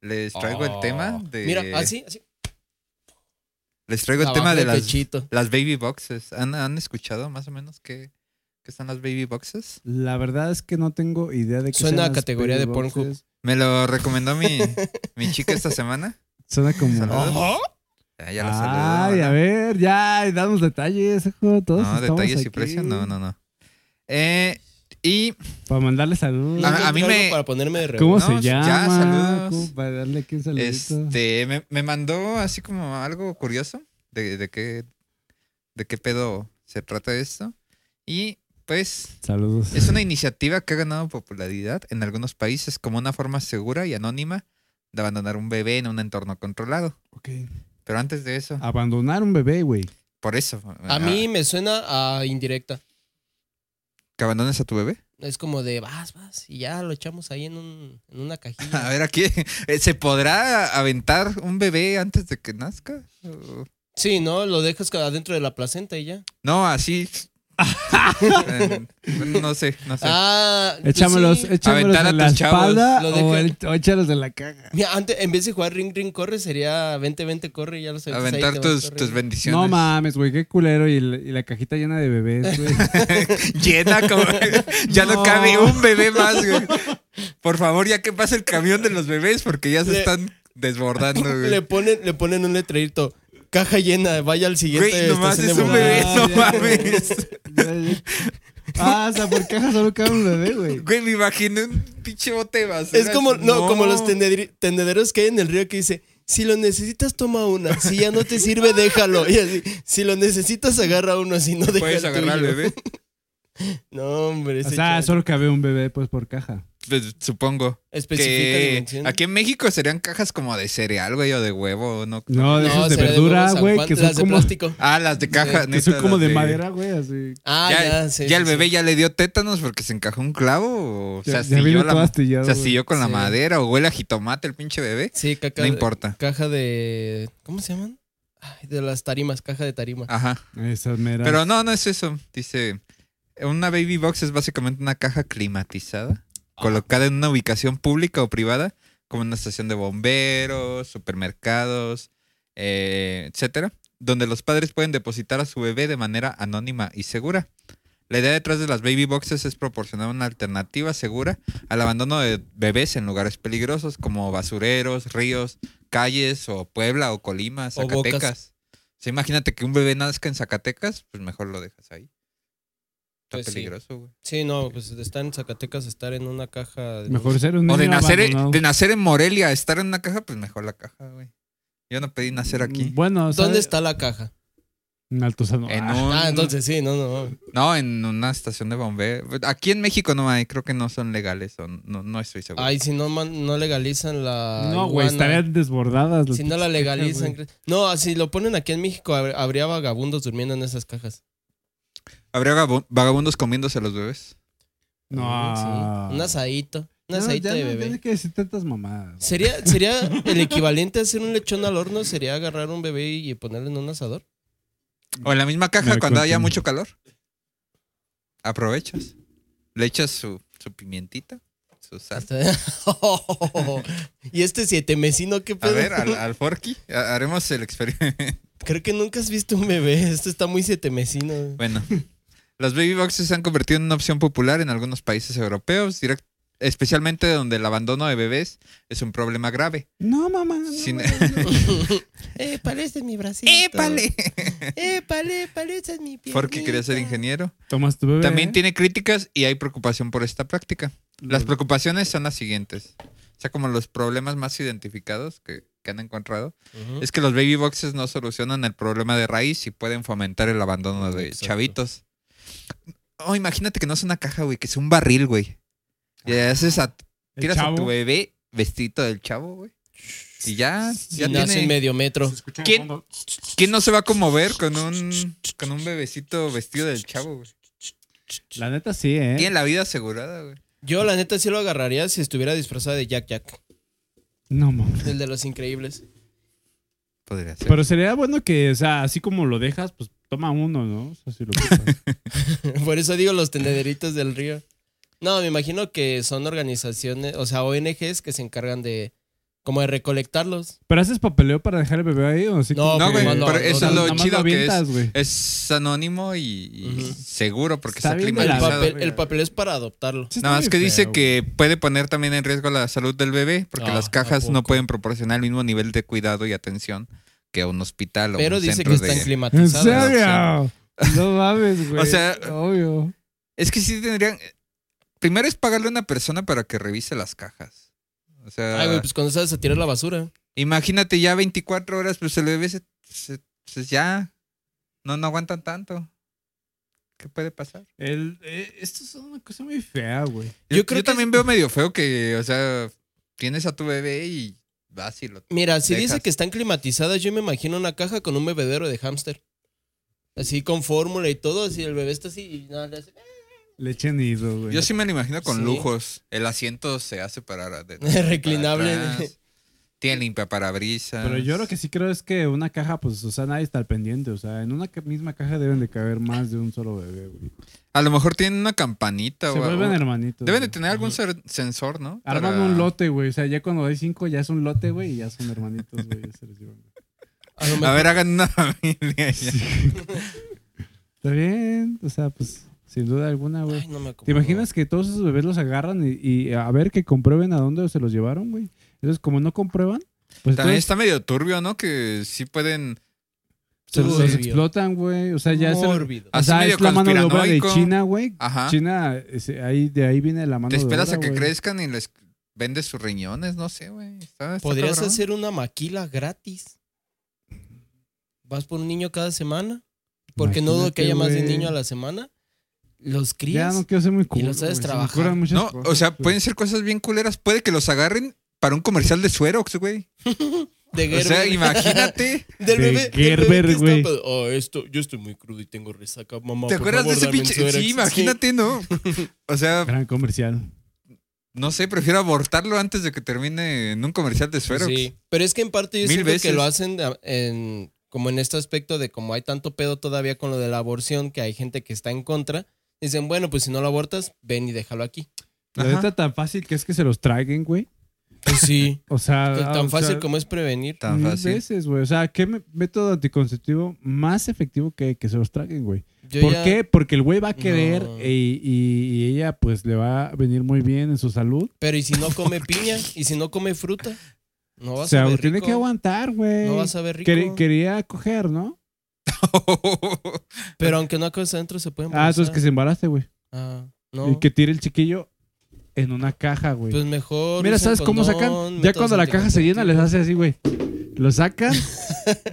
les traigo el tema de.
Ah, Mira, así, así.
Les traigo el
abajo
tema de
del
las,
pechito.
las baby boxes. ¿Han, han escuchado más o menos qué, qué son las baby boxes?
La verdad es que no tengo idea de qué
Suena
sean
a
las
categoría de
Baby
Pornhub.
Boxes.
Me lo recomendó mi, mi chica esta semana.
Suena como.
Saludos.
Oh.
Ah, ya la saludé,
Ay,
¿no?
a ver, ya, y danos detalles, hijo, todos
No,
estamos
detalles
aquí.
y precio, no, no, no. Eh, y
Para mandarle saludos.
No
a- a mí
encontré algo
me-
Para ponerme de
¿Cómo
revés.
no,
se
ya,
llama?
saludos.
¿Cómo? Para darle aquí un saludito.
este me, me mandó así como algo curioso de, de qué de qué pedo se trata esto. Y pues
Saludos.
Es una iniciativa que ha ganado popularidad en algunos países como una forma segura y anónima de abandonar un bebé en un entorno controlado.
Ok.
Pero antes de eso,
Abandonar un bebé, güey.
Pues
por eso. ah,
A mí me suena a indirecta.
¿Que abandones a tu bebé?
Es como de vas, vas, y ya lo echamos ahí en, un, en una
A
cajilla.
ver, aquí, eh, ¿se podrá aventar un bebé antes de que nazca? ¿O-
Sí, ¿no? Lo dejas adentro de la placenta y ya.
No, así. Eh, no sé, no sé.
Ah, pues
Échamelos,
sí.
échamelos
Aventar a
en la
tus chavos,
espalda
lo
o,
dejan.
el- o échalos en la caja.
Mira, antes, en vez de jugar Ring Ring Corre, sería 20-20 Corre y ya los avientas pues, ahí,
aventar
te vas
tus,
corriendo.
tus bendiciones.
No mames, güey, qué culero. Y, la- y la cajita llena de bebés, güey.
Llena como. ya no.
No.
cabe un bebé más, güey. Por favor, ya que pase el camión de los bebés, porque ya se
Le-
están desbordando, güey.
Le ponen, le ponen un letrerito. Caja llena, vaya al siguiente.
Güey, nomás
estación
es
de
un
boletos".
bebé, no
ya.
mames.
Pasa, por caja solo cabe un bebé, güey.
Güey, me imagino un pinche bote de basura.
Es como, no, como los tendedri- tendederos que hay en el río que dice, si lo necesitas, toma una. Si ya no te sirve, déjalo. Y así, si lo necesitas, agarra uno. Si no, deja
Puedes
el
agarrar al
tuyo".
bebé.
No, hombre.
O
ese
sea,
chaval.
solo cabe un bebé, pues, por caja.
Pues, supongo.
Especifica
Que
dimensión.
aquí en México serían cajas como de cereal, güey, o de huevo, ¿no?
No, de esos de
será
verdura,
huevo San
güey,
Juan,
que son
las de
como,
plástico.
Ah, las de caja.
que
neta,
son como
las
de madera, güey, así.
Ah,
ya,
ya, sí,
ya el
sí,
bebé
sí.
ya le dio tétanos porque se encajó un clavo o se
Ya- ya
astilló,
viene
la-
todo astillado,
se astilló con la
Sí.
madera o huele a jitomate el pinche bebé.
Sí, caca
No
de-
importa.
Caja de. ¿Cómo se llaman? Ay, de las tarimas, caja de tarima.
Ajá.
Esas meras.
Pero no, no es eso. Dice, una baby box es básicamente una caja climatizada colocada en una ubicación pública o privada como una estación de bomberos, supermercados, eh, etcétera, donde los padres pueden depositar a su bebé de manera anónima y segura. La idea detrás de las baby boxes es proporcionar una alternativa segura al abandono de bebés en lugares peligrosos como basureros, ríos, calles o Puebla o Colima,
bocas.
Zacatecas. O sea, imagínate que un bebé nazca en Zacatecas, pues mejor lo dejas ahí. Está
Pues sí.
peligroso, güey.
Sí, no, pues estar en Zacatecas, estar en una caja. de-
Mejor ser un niño
O de nacer, e-
abandonado.
de nacer en Morelia, estar en una caja, pues mejor la caja, güey. Yo no pedí
Mm,
nacer aquí.
Bueno,
¿Dónde está la caja?
En Altozano.
En
Ah,
un-
Ah, entonces sí, no, no.
No, en una estación de bomberos. Aquí en México no hay, creo que no son legales, o no, no estoy seguro.
Ay, si no, man- no legalizan la.
No, güey,
iguana.
estarían desbordadas. las
Si no la
pinches cajas,
legalizan.
güey.
¿crees? No, si lo ponen aquí en México, hab- habría vagabundos durmiendo en esas cajas.
¿Habría vagabu- vagabundos comiéndose a los bebés?
No.
Sí, Un asadito. Un
No,
asadito
ya
de
no
bebé.
Tienes que decir tantas mamadas.
¿Sería, ¿Sería el equivalente a hacer un lechón al horno? ¿Sería agarrar un bebé y ponerlo en un asador?
O en la misma caja
Me
cuando haya
cuentan.
mucho calor. Aprovechas. Le echas su, su pimientita, su sal.
y este siete mesino, ¿qué
A
pedo?
ver, al, al Forky, ha- haremos el experimento.
Creo que nunca has visto un bebé. Esto está muy siete mesino.
Bueno, las baby boxes se han convertido en una opción popular en algunos países europeos, direct- especialmente donde el abandono de bebés es un problema grave.
No, mamá. no,
Sin-
mamá, no.
eh, parece mi bracito.
¡Épale!
Eh, pale, parece mi pie.
Porque quería ser ingeniero.
Tomas tu bebé.
También tiene críticas y hay preocupación por esta práctica. Las preocupaciones son las siguientes. O sea, como los problemas más identificados que, que han encontrado, es que los baby boxes no solucionan el problema de raíz y pueden fomentar el abandono de
Exacto.
chavitos. Oh, imagínate que no es una caja, güey, que es un barril, güey. Y haces a
Ah. El
Tiras a
chavo.
tu bebé vestidito del chavo, güey. Y ya,
Y
ya
nace en
tiene.
medio metro.
¿Quién, ¿Quién no se va a conmover con un, con un bebecito vestido del chavo, güey?
La neta sí, ¿eh?
Tiene la vida asegurada, güey.
Yo, la neta, sí lo agarraría si estuviera disfrazada de Jack Jack,
No, mamá.
el de los increíbles.
Podría ser.
Pero sería bueno que, o sea, así como lo dejas, pues toma uno, ¿no? O sea, si lo ocupas.
Por eso digo los tendederitos del río. No, me imagino que son organizaciones, o sea, ONGs que se encargan de como de recolectarlos.
Pero haces papeleo para dejar el bebé ahí o así
No,
como
no,
que-
güey,
no, no,
pero
no,
eso
no,
es lo
nada más
chido que
avientas,
es.
güey.
Es anónimo y, y
Ujú.
seguro porque
Está
está,
bien de la
El
climatizado.
papel, el papel es para adoptarlo.
Sí, está
Nada más
bien
que
feo,
dice
güey.
que puede poner también en riesgo la salud del bebé porque
Ah,
las
¿a
cajas no
poco?
pueden proporcionar el mismo nivel de cuidado y atención que un hospital o
Pero
un
dice que
centro de...
están
¿En
climatizados.
serio? No mames, güey.
O sea-
obvio.
Es que sí tendrían. Primero es pagarle a una persona para que revise las cajas. O sea,
Ay, güey, pues cuando sabes a tirar la basura.
imagínate ya 24 horas, pues el bebé se, se- pues ya. No, no aguantan tanto. ¿Qué puede pasar?
El- eh, esto es una cosa muy fea, güey.
Yo,
Yo creo
yo
que
también
es-
veo medio feo que, o sea, tienes a tu bebé y vas y lo.
Mira, si dice
Dejas.
que están climatizadas, yo me imagino una caja con un bebedero de hámster. Así con fórmula y todo, así el bebé está así y nada, le hace-
Leche nido, güey.
Yo sí me lo imagino con
Sí.
lujos. El asiento se hace para... de-
Reclinable.
para atrás. Tiene limpiaparabrisas.
Pero yo lo que sí creo es que una caja, pues, o sea, nadie está al pendiente. O sea, en una ca- misma caja deben de caber más de un solo bebé, güey.
A lo mejor tienen una campanita
Se
o algo.
vuelven hermanitos.
Deben de
güey.
tener algún ser- sensor, ¿no?
Arman
Para-
un lote, güey. O sea, ya cuando hay cinco ya es un lote, güey, y ya son hermanitos, güey. ya se los llevan.
A lo
A
mejor-
ver, hagan una familia. ya.
Está bien. O sea, pues, sin duda
Ah,
alguna,
Ay,
güey.
no me
¿Te
acomodo.
imaginas que todos esos bebés los agarran y, y a ver que comprueben a dónde se los llevaron, güey? Entonces, como no comprueban, pues
También
entonces
está medio turbio, ¿no? Que sí pueden...
se los, los
turbio.
explotan, güey. O sea, ya es, el-
Mórbido.
o
Así
sea,
medio
es la mano de obra de
conspiranoico.
China, güey.
Ajá.
China, ese- ahí, de ahí viene la mano
Te esperas
de obra,
a que
güey.
crezcan y les vendes sus riñones, no sé, güey. Está- está
Podrías
cabrón.
hacer una maquila gratis. Vas por un niño cada semana. Porque no dudo
Imagínate,
que haya más de un
güey.
niño a la semana. Los
Ya
crías.
no quiero ser muy cool.
lo
güey,
sabes
se me
trabajar.
ocurren muchas
No,
cosas,
o sea,
güey.
pueden ser cosas bien culeras. Puede que los agarren para un comercial de Suerox, güey.
de
O sea,
Gerber.
imagínate.
Del
De
bebé.
Gerber,
Gerber,
güey.
güey. Oh, esto. Yo estoy muy crudo y tengo resaca, mamá.
¿Te
por
acuerdas de
favor,
ese
dame un
pinche?
Suerox".
Sí, imagínate, ¿no? O sea,
Gran comercial.
no sé, prefiero abortarlo antes de que termine en un comercial de Suerox.
Sí, pero es que en parte yo
Mil
siento
veces.
que lo hacen de- en- como en este aspecto de como hay tanto pedo todavía con lo de la aborción que hay gente que está en contra. Dicen, bueno, pues si no lo abortas, ven y déjalo aquí.
La
Ajá.
neta tan fácil que es que se los traguen, güey.
Pues sí.
O sea, ah, o
tan fácil
sea,
como es prevenir.
Tan
mil
fácil.
veces, güey. O sea, ¿qué me- método anticonceptivo más efectivo que, que se los traguen, güey?
Yo
¿Por
ya-
qué? Porque el güey va a querer
No.
y, y- y ella pues le va a venir muy bien en su salud.
Pero ¿y si no come piña? ¿Y si no come fruta? No
O
vas
sea,
a ver
tiene
rico.
que aguantar, güey.
No vas a ver rico.
Quere- quería coger, ¿no? Ah,
Pero aunque no acabes adentro, se pueden
Ah, entonces que se embarace, güey.
Ah, no.
Y que tire el chiquillo en una caja, güey.
Pues mejor.
Mira,
usen
¿sabes cómo
condón,
sacan? Ya
métodos
cuando la caja se llena les
anticonceptivos.
hace así, güey. Lo sacan,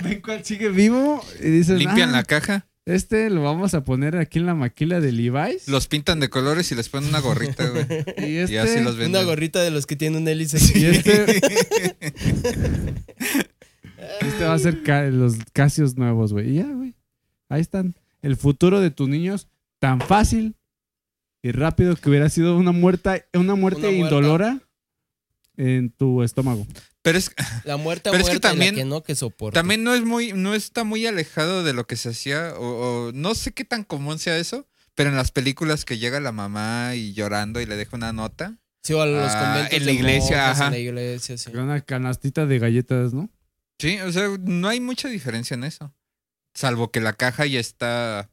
ven cuál sigue vivo y dicen,
Limpian
"Ah,
la caja,
este lo vamos a poner aquí en la maquila de Levi's.
los pintan de colores y les ponen una gorrita, güey.
y
Y
este,
así los
Una
venden.
gorrita de los que tienen un hélice.
y este, este va a ser ca- los casios nuevos, güey. Y ya, güey. Ahí están. El futuro de tus niños tan fácil y rápido que hubiera sido una muerta, una muerte
Una muerta.
indolora en tu estómago.
Pero es,
La muerta
Pero es que
muerta y
también-
la que no que soporta.
También no es muy, no está muy alejado de lo que se hacía, o, o no sé qué tan común sea eso, pero en las películas que llega la mamá y llorando y le deja una nota.
Sí, o a los
Ah,
conventos
en
de
la iglesia,
monjas,
ajá.
En la iglesia, sí.
Con Una canastita de galletas, ¿no?
Sí, o sea, no hay mucha diferencia en eso. Salvo que la caja ya está.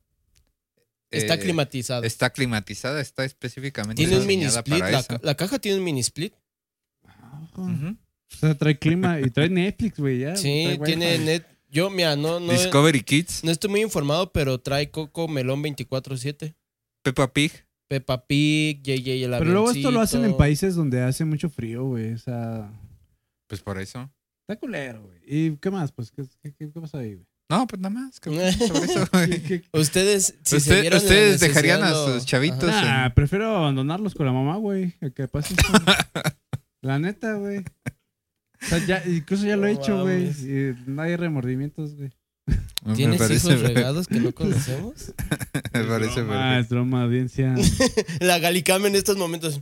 Está
eh,
climatizado.
Está climatizada, está específicamente.
tiene un mini
diseñada
split.
para
La,
eso.
ca- la caja tiene un mini split.
Ujú.
O sea, trae clima y trae Netflix, güey, ya.
Sí,
Ah, Trae wifi.
tiene net. Yo, mira, no, no,
Discovery Kids,
no estoy muy informado, pero trae Coco Melón 24-7.
Peppa Pig.
Peppa Pig, JJ el
Pero luego esto lo hacen en
avioncito.
países donde hace mucho frío, güey. O sea,
Pues por eso.
está culero, güey. ¿Y qué más? Pues, ¿qué, qué, qué pasa ahí, güey?
No, pues nada más. que sobre eso, güey.
¿Qué- qué-
Ustedes, si se
Usted-
vieron la
ustedes dejarían a
necesidad, lo-
sus chavitos.
Ajá.
Nah, prefiero abandonarlos con la mamá, güey. a Que pase eso. La neta, güey. O sea, ya, incluso ya lo he
No
hecho, güey.
mames.
y No hay remordimientos, güey.
No, me
¿Tienes
parece
hijos
perfecto,
regados que no conocemos?
Me parece
Ah,
perfecto.
es broma, audiencia.
la Galicam en estos momentos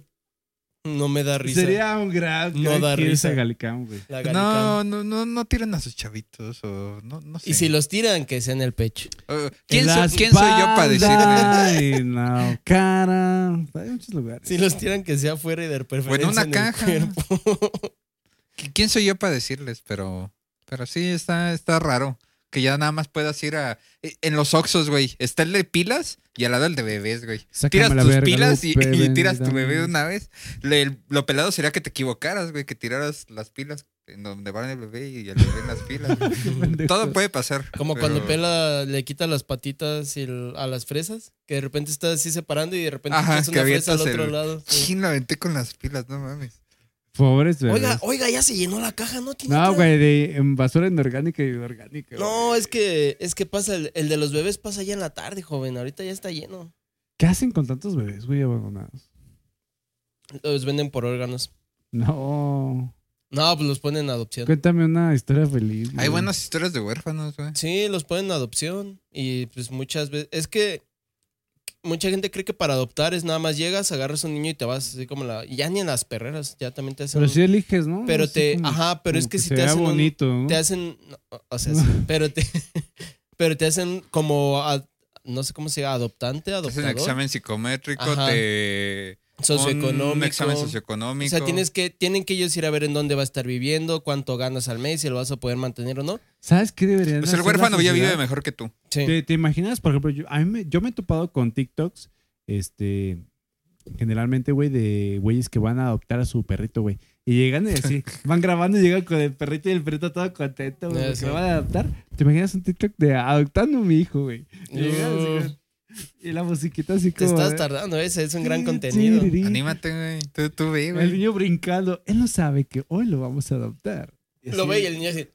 no me da risa.
Sería un gran
No da
que irse a
risa.
Galicán, güey.
La Galicam.
No, no, no, no tiren a sus chavitos o no, no sé.
Y si los tiran, que sea en el pecho.
Eh,
En
¿quién,
la
so- quién soy yo para decirle?
espalda, En la cara. Hay muchos lugares.
Si los tiran, que sea fuera y de
O en
preferencia.
una
el
caja.
cuerpo.
¿Qui- ¿Quién soy yo para decirles? Pero, pero sí, está, está raro. Que ya nada más puedas ir a... eh, En los Oxos, güey. Está el de pilas y al lado el de bebés, güey.
Sácame
Tiras
la
tus
verga,
pilas y,
Lupe,
y
ven,
tiras tu
dame.
bebé de una vez. Le- lo pelado sería que te equivocaras, güey. Que tiraras las pilas en donde van el bebé y el bebé en las pilas. güey. Todo puede pasar.
Como
pero-
cuando Pela le quita las patitas y el- a las fresas, que de repente está así separando y de repente
Ajá,
es
que
una
avientas
fresa al otro
el-
lado. Sí.
Chin, la aventé con las pilas, no mames.
Pobres bebés.
Oiga, oiga, ya se llenó la caja, ¿no? ¿Tiene
no,
otra?
güey, de en basura inorgánica y orgánica.
No,
güey.
es que, es que pasa, el, el de los bebés pasa ya en la tarde, joven. Ahorita ya está lleno.
¿Qué hacen con tantos bebés, güey, abandonados?
Los venden por órganos.
No.
No, pues los ponen en adopción.
Cuéntame una historia feliz.
Hay
güey.
buenas historias de huérfanos, güey.
Sí, los ponen en adopción. Y pues muchas veces. Es que mucha gente cree que para adoptar es nada más llegas, agarras un niño y te vas así como la. y Ya ni en las perreras, ya también te hacen.
Pero
un-
sí eliges, ¿no?
pero
Así
te.
como-
Ajá, pero
como
es que,
que
si
se
te
vea
hacen. un-
bonito, ¿no?
Te hacen. no, o sea, sí, pero te. pero te hacen como. a- no sé cómo se llama, adoptante,
Es un
adoptador.
examen psicométrico,
Ajá.
te...
socioeconómico.
Un examen socioeconómico.
O sea, tienes que, tienen que ellos ir a ver en dónde va a estar viviendo, cuánto ganas al mes, si lo vas a poder mantener o no.
¿Sabes qué deberían
Pues el
hacer la
huérfano ya
sociedad?
vive mejor que tú.
Sí.
¿Te, te imaginas, por ejemplo, yo, a mí me, yo me he topado con TikToks, este, generalmente, güey, de güeyes que van a adoptar a su perrito, güey. Y llegan y así, van grabando y llegan con el perrito y el perrito todo contento, güey,
Ya
porque
sé.
lo van a adoptar. ¿Te imaginas un TikTok de adoptando a mi hijo, güey? Y, llegan así,
Uh.
güey, y la musiquita así
Te
como...
estás
de-
tardando, ese es un gran
Sí,
contenido.
sí, sí.
Anímate, güey. Tú, tú ve,
El
güey.
niño brincando, él no sabe que hoy lo vamos a adoptar. Y
Lo
así,
ve y el niño así.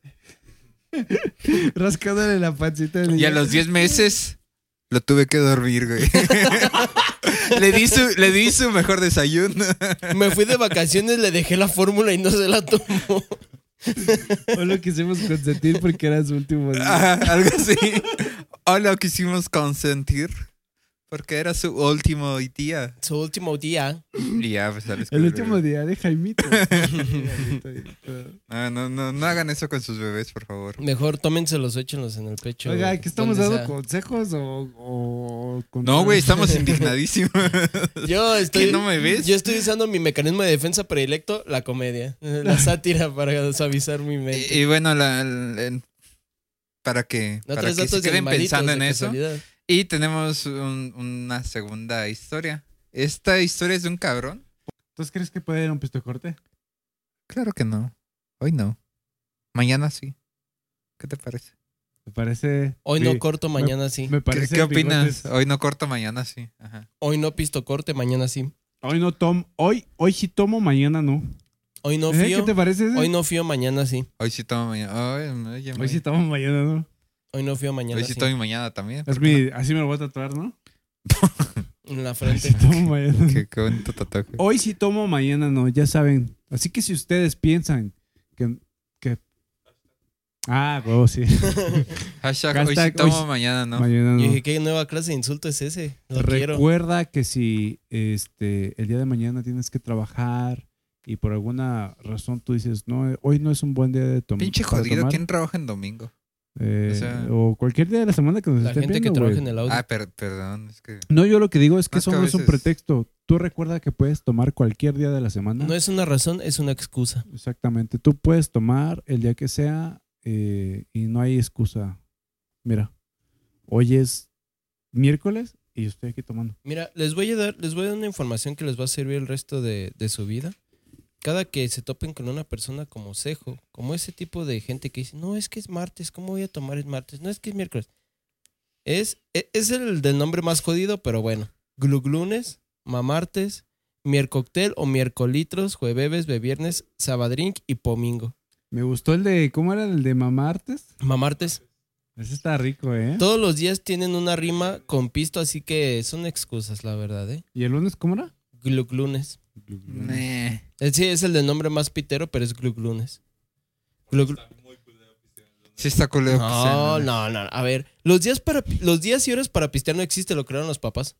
Rascándole la pancita del
Y a
niño.
los 10 meses lo tuve que dormir, güey. le, di su, le di su mejor desayuno.
Me fui de vacaciones, le dejé la fórmula y no se la tomó.
O lo quisimos consentir porque era su último día.
Ajá, Ah, algo así. O lo quisimos consentir. Porque era su último día.
Su último día.
Y ya, pues sales con
El último
bebé.
día de Jaimito.
Ah, no, no, no hagan eso con sus bebés, por favor.
Mejor tómenselos, échenlos en el pecho.
Oiga, ¿qué estamos
donde
dando
sea.
consejos o, o con-
No, güey, estamos indignadísimos.
Yo
¿Qué
estoy,
no me ves?
yo estoy usando mi mecanismo de defensa predilecto, la comedia. eh, La sátira para suavizar mi mente.
Eh,
Y, y bueno, la- la- en- para que,
No
para
traes
que se
datos de
queden
animalitos
pensando
de
en eso.
casualidad.
Y tenemos un- una segunda historia. ¿Esta historia es de un cabrón?
¿Entonces crees que puede ir a un pisto corte?
Claro que no. Hoy no. Mañana sí. ¿Qué te parece?
Me parece.
Hoy no
Sí,
corto, mañana sí.
Me
¿Qué,
parece
qué opinas?
bigotes.
Hoy no corto, mañana sí. Ajá.
Hoy no pisto corte, mañana sí.
Hoy no tomo. Hoy, hoy sí tomo, mañana no.
Hoy no
¿Eh?
fío.
¿Qué te parece? ese?
Hoy no fío, mañana sí.
Hoy sí tomo mañana. Ay, oye,
Hoy
ma-
sí tomo, mañana no.
Hoy no fío, mañana
Hoy
sí.
sí tomo y mañana también.
Es mi, así me lo voy a tatuar, ¿no?
En la
Hoy
frente.
sí tomo, mañana no.
Qué, qué bonito tatuaje.
Hoy sí tomo, mañana no, ya saben. Así que si ustedes piensan que. que- Ah, huevo, sí.
Hashtag, hoy sí
Hashtag, hoy
tomo,
sí-
mañana no.
Mañana no.
Yo dije, ¿qué nueva clase de insulto es ese? Lo quiero.
Recuerda que si este el día de mañana tienes que trabajar y por alguna razón tú dices, no, eh, hoy no es un buen día de tom-
Pinche
para
jodido,
tomar",
¿quién trabaja en domingo?
eh,
o sea-
o cualquier día de la semana que nos
La
esté
gente que
viendo,
trabaja
güey.
en el audio.
Ah, per- perdón, es que...
No, yo lo que digo es que
Más
eso
que a
no es un
veces-
pretexto. Tú recuerda que puedes tomar cualquier día de la semana.
No es una razón, es una excusa.
Exactamente. Tú puedes tomar el día que sea eh, y no hay excusa. Mira, hoy es miércoles y yo estoy aquí tomando.
Mira, les voy a dar, les voy a dar una información que les va a servir el resto de, de su vida. Cada que se topen con una persona como cejo, como ese tipo de gente que dice, no, es que es martes, ¿cómo voy a tomar el martes? No, es que es miércoles. Es, e- es el del nombre más jodido, pero bueno. Gluglunes, mamartes, miércoctel o miércolitros, jueves, beviernes, sabadrink y pomingo.
Me gustó el de, ¿cómo era el de mamartes?
Mamartes.
Ese está rico, ¿eh?
Todos los días tienen una rima con pisto, así que son excusas, la verdad, ¿eh?
¿Y el lunes cómo era?
Gluglunes. Eh, Sí, es el del nombre más pitero, pero es Gluglunes. Glug-
Sí está culero. que sea,
No, no, no. A ver, los días, para, los días y horas para pistear no existe, lo crearon los papás.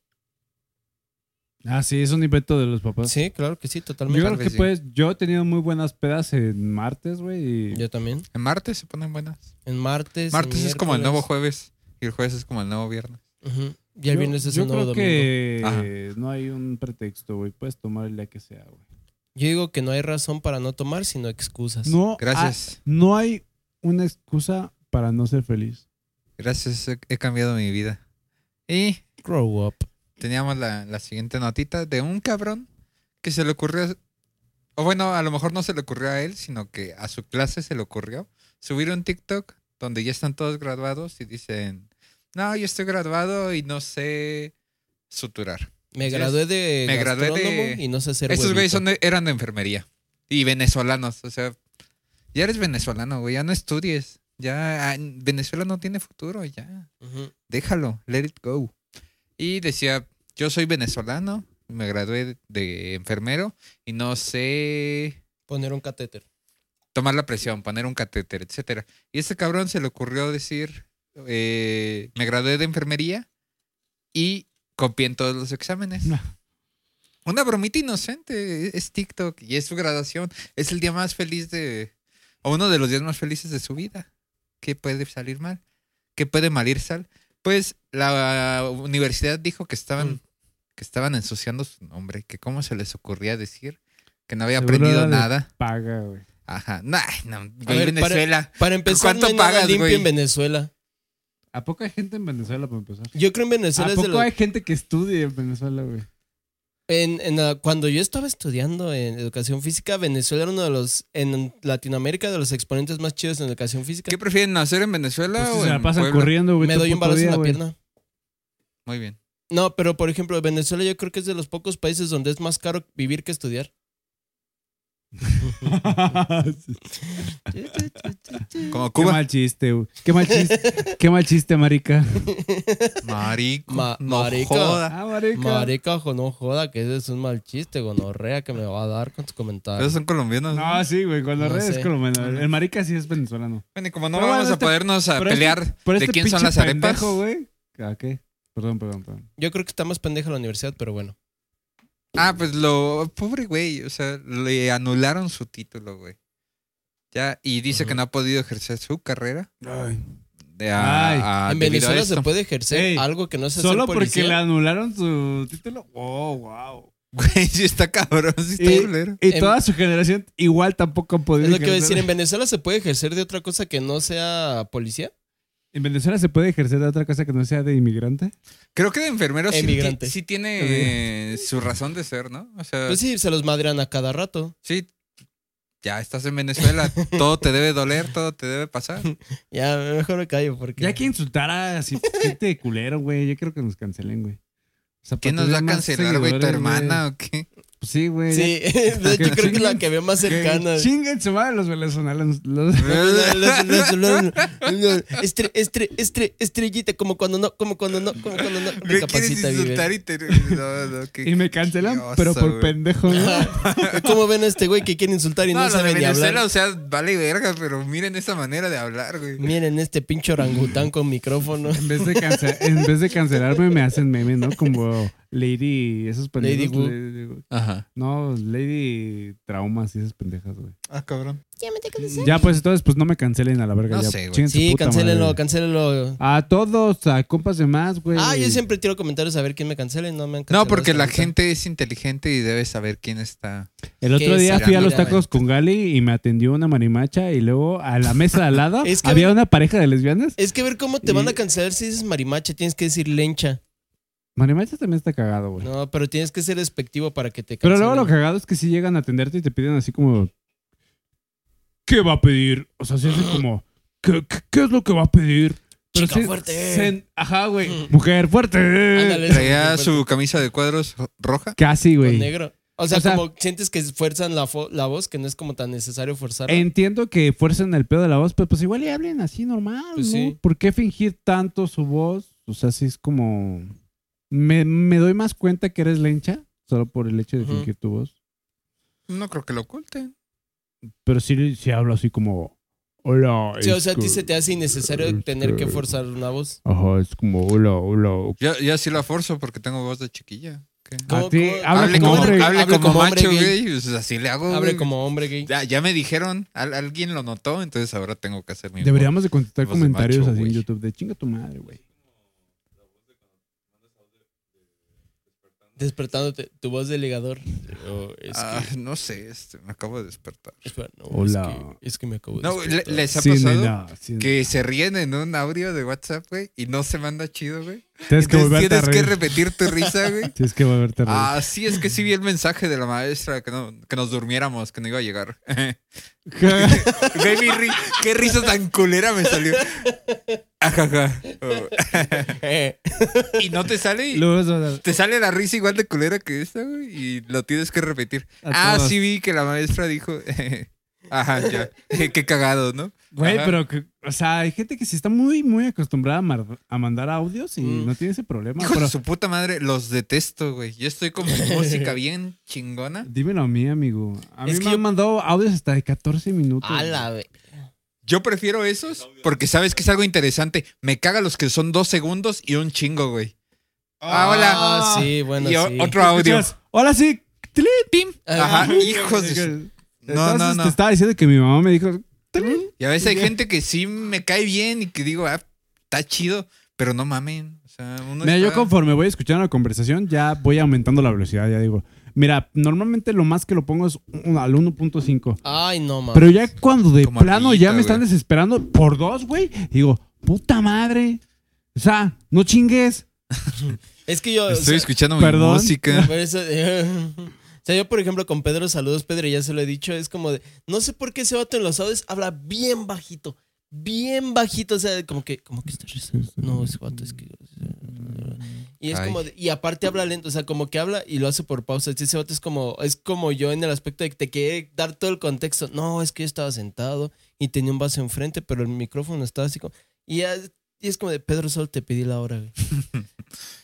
Ah, sí, es un invento de los papás.
Sí, claro que sí, totalmente.
yo
tal
creo que
vez sí.
pues, yo he tenido muy buenas pedas en martes, güey. y-
Yo también.
En martes se ponen buenas.
En martes.
Martes es como el nuevo
miércoles.
jueves y el jueves es como el nuevo viernes.
Ujú. Y el
yo-
viernes es
yo
el nuevo
creo
domingo.
que
Ajá.
no hay un pretexto, güey. Puedes tomar el día que sea, güey.
Yo digo que no hay razón para no tomar, sino excusas.
No, ah,
Pues, Gracias.
no hay una excusa para no ser feliz.
Ah.
Gracias, he, he cambiado mi vida. Y
Grow up.
teníamos la, la siguiente notita de un cabrón que se le ocurrió, o bueno, a lo mejor no se le ocurrió a él, sino que a su clase se le ocurrió subir un TikTok donde ya están todos graduados y dicen, no, yo estoy graduado y no sé suturar.
Me
Sí,
gradué de
me gradué de-
gastrónomo y no sé hacer
Esos güeyes
huevito.
son de- eran de enfermería y venezolanos, o sea, ya eres venezolano, güey, ya no estudies, ya ah, Venezuela no tiene futuro, ya.
Ujú.
déjalo, let it go. Y decía, yo soy venezolano, me gradué de enfermero y no sé
Poner un catéter.
tomar la presión, poner un catéter, etcétera. Y este cabrón se le ocurrió decir, eh, me gradué de enfermería y copié en todos los exámenes.
No.
Una bromita inocente e-, es TikTok y es su graduación. Es el día más feliz de. O uno de los días más felices de su vida. ¿Qué puede salir mal? ¿Qué puede mal ir sal? Pues la universidad dijo que estaban,
Mm.
que estaban ensuciando su nombre, que cómo se les ocurría decir que no había
Seguro
aprendido
era de
nada.
Paga, güey.
Ajá. No, ay, no, yo en
ver, para-
Venezuela.
Para empezar,
¿Cuánto
no hay nada
pagas,
limpio
güey?
en Venezuela.
¿A poco hay gente en Venezuela para empezar?
Yo creo en Venezuela
¿A
es de
poco
los-
hay gente que estudie en Venezuela, güey?
en- en la- Cuando yo estaba estudiando en educación física, Venezuela era uno de los, en Latinoamérica, de los exponentes más chidos en educación física.
¿Qué prefieren hacer en Venezuela
Pues sí
o
se
en
la pasan
Puebla?
corriendo, güey.
Me
todo
doy un
puto
balazo en
día,
la
güey.
pierna.
Muy bien.
No, pero por ejemplo, Venezuela yo creo que es de los pocos países donde es más caro vivir que estudiar.
Sí.
Como
Qué
Cuba.
mal chiste, güey. Qué mal chiste. Qué mal chiste, marica.
Marico.
Ma-
no
marica.
joda.
Ah, marica.
Marica, ojo, no joda, que ese es un mal chiste, gonorrea, que me va a dar con tus
Esos
comentarios.
son colombianos. ¿no?
No, sí, güey. Cuando
No
redes
sé.
colombiano. El marica sí es venezolano.
Bueno, y como no
Pero
vamos
bueno, este-
a podernos a
pero este-
pelear
Pero
de
este
quién son
pinche
las arepas.
pendejo, güey. ¿A qué? Perdón, perdón, perdón.
Yo creo que está más pendeja la universidad, pero bueno.
ah, pues lo. Pobre güey. O sea, le anularon su título, güey. Ya, y dice
Ajá.
que no ha podido ejercer su carrera. De
Ay.
a, a-
en
Ah, debido a
Venezuela se
esto.
puede ejercer
Ey,
algo que no se hace
Solo porque le anularon su título. Wow, wow.
Güey, sí está cabrón. Sí está
Y-
culero.
Y
En-
toda su generación igual tampoco han podido.
Em Es lo que voy a
ejercer.
decir, en Venezuela se puede ejercer de otra cosa que no sea policía.
¿En Venezuela se puede ejercer de otra cosa que no sea de inmigrante?
Creo que de enfermero sí,
Emigrante.
ti- sí tiene eh, su razón de ser, ¿no? O sea,
Pues sí, se los madrean a cada rato.
sí. Ya estás en Venezuela. todo te debe doler, todo te debe pasar.
Ya, mejor me callo porque...
Ya que insultara así, gente de culero, güey. Yo creo que nos cancelen, güey. O sea,
¿Quién
para
nos va a
tener más
cancelar, güey? ¿Tu
seguidores,
hermana o qué?
Pues sí, güey.
Sí, de hecho creo que la que veo más
ya-
cercana.
Que Chinguen su madre los venezolanos. Los...
Estre- estre- estre- estrellita, como cuando no, como cuando no, como cuando no.
Me quieres
Capacita
insultar
vive.
y te... No, no, qué-
Y me cancelan,
Qué
pero
oso,
por
güey.
pendejo, ¿no?
¿Cómo ven a este güey que quiere insultar y no,
No, lo de
sabe ni
Venezuela,
hablar?
o sea, vale verga, pero miren esa manera de hablar, güey.
Miren este pinche orangután con micrófono.
En vez, de cance- en vez de cancelarme, me hacen meme, ¿no? Como Lady. Esos pendejos.
Lady Wu.
Lady-
Ajá.
no, Lady Traumas y esas pendejas, güey.
Ah, cabrón.
Ya, pues entonces, pues no me cancelen a la verga.
No
ya.
sé, güey.
Chinguen su
Sí,
puta madre.
cancélenlo, cancélenlo.
A todos, a compas de más, güey.
Ah, yo siempre tiro comentarios a ver quién me cancela y no me han cancelado
No, porque
hasta
la
ahorita.
gente es inteligente y debe saber quién está.
El otro
Que
día
se
fui a los
mira,
tacos con Gali y me atendió una marimacha y luego a la mesa de al lado
Es que-
había una pareja de lesbianas.
Es que ver cómo te van
Y-
a cancelar si dices marimacha, tienes que decir lencha.
Marimacha también está cagado, güey.
No, pero tienes que ser despectivo para que te
Pero luego
cancelen.
lo cagado es que si llegan a atenderte y te piden así como... ¿Qué va a pedir? O sea, se hace como... ¿Qué, qué, qué es lo que va a pedir?
Chica fuerte. Mm.
se- ajá, güey. Mujer fuerte.
Ándale.
Traía su camisa de cuadros roja.
Casi,
Con
güey.
negro. O sea,
O sea-
como sientes que fuerzan la, fo- la voz, que no es como tan necesario forzarla.
Entiendo que fuercen el pedo de la voz, pero pues igual y hablen así normal,
Pues
¿no?
sí.
¿Por qué fingir tanto su voz? O sea, sí es como... Me, me doy más cuenta que eres lencha solo por el hecho de
Ujú.
fingir tu voz.
No creo que lo oculten.
Pero sí, sí hablo así como... Hola.
Sí, o
es
sea, a ti
que-
se te hace innecesario
es
tener que forzar una voz.
Ajá, es como hola, hola.
Yo, yo sí la forzo porque tengo voz de chiquilla. ¿Qué?
¿Cómo-
A ti,
cómo-
habla
Hable
como
como,
hombre.
hable
Hable
como
como hombre
macho,
gay.
güey. Pues así le hago.
Hable
güey.
como hombre gay.
Ya, ya me dijeron, al- alguien lo notó, entonces ahora tengo que hacer mi.
Deberíamos de contestar
Voz de
comentarios
macho,
así en
güey.
YouTube de chinga tu madre, güey.
Despertándote, tu voz de ligador. Oh, es que-
Ah, no sé, este, me acabo de despertar.
espera, no,
Hola.
Es que, es que me acabo de
No, güey, le-
despertar.
les ha
Sí,
pasado
nena, sí.
que se ríen en un audio de WhatsApp, güey, y no se manda chido, güey.
Tienes que
Entonces
volverte a
tienes que
reír.
repetir tu risa, güey.
Tienes que volverte a reír.
Ah, sí, es que sí vi el mensaje de la maestra que, no- que nos durmiéramos, que no iba a llegar. Ah, Güey, mi ri- qué risa tan culera me salió. Ajaja. Oh.
Eh,
Y no te sale, y-
Luego vas a dar-
te sale la risa igual de culera que esta, güey, y lo tienes que repetir.
A
Ah,
todos.
sí vi que la maestra dijo, ajá, ya, qué cagado, ¿no?
Güey,
Ajá.
pero, que- o sea, hay gente que sí está muy, muy acostumbrada a, mar- a mandar audios y
Mm.
no tiene ese problema.
Hijo
Pero
de su puta madre, los detesto, güey. Yo estoy con mi música bien chingona.
dímelo a mí, amigo. A mí
Es que
me
yo-
han mandado audios hasta de 14 minutos.
a la ve-
Yo prefiero esos porque sabes que es algo interesante. Me caga los que son dos segundos y un chingo, güey. Ah, hola.
Ah, sí, bueno,
y o-
sí.
otro audio.
Escuchas, Hola, sí. Tli, pim.
Ah,
Ajá, hijos de su- No,
Entonces,
no, no.
Te estaba diciendo que mi mamá me dijo. "Tli".
Y a veces hay gente que sí me cae bien y que digo, ah, está chido, pero no mamen. O sea, uno "Ah,
Mira, yo
está-
conforme voy escuchando la conversación, ya voy aumentando la velocidad. Ya digo, mira, normalmente lo más que lo pongo es un- al 1.5.
Ay, no mames.
Pero ya cuando de
Como
plano
ardillita,
ya me están
güey.
desesperando por dos, güey, digo, puta madre. O sea, no chingues.
Es que yo. o
Estoy
sea,
escuchando
perdón.
mi música.
Pero eso- o sea, yo, por ejemplo, con Pedro, saludos, Pedro, ya se lo he dicho, es como de, no sé por qué ese vato en los audios habla bien bajito, bien bajito, o sea, como que, como que está rezando. No, ese vato es que... Y es
Ay.
como, de- y aparte habla lento, o sea, como que habla y lo hace por pausa. Ese vato es como, es como yo en el aspecto de que te quiere dar todo el contexto. No, es que yo estaba sentado y tenía un vaso enfrente, pero el micrófono estaba así como... Y, ya- y es como de, Pedro, solo te pedí la hora, güey.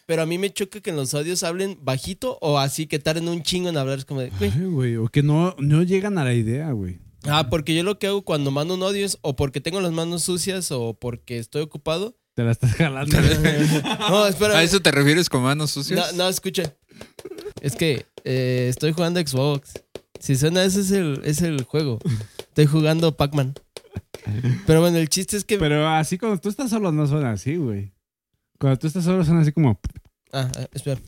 Pero a mí me choca que en los audios hablen bajito o así que tarden un chingo en hablar. Es como de, güey.
Ay, güey, o que no, no llegan a la idea, güey.
Ah, porque yo lo que hago cuando mando un audio es o porque tengo las manos sucias o porque estoy ocupado.
Te la estás jalando.
No, espera.
¿A eso te refieres con manos
No,
sucias?
no, escucha. Es que eh, estoy jugando Xbox. Si suena, ese es el, es el juego. Estoy jugando Pac-Man. Pero bueno, el chiste es que.
Pero así cuando tú estás solo no suena así, güey. Cuando tú estás solo suena así como.
Ah, ah, espera.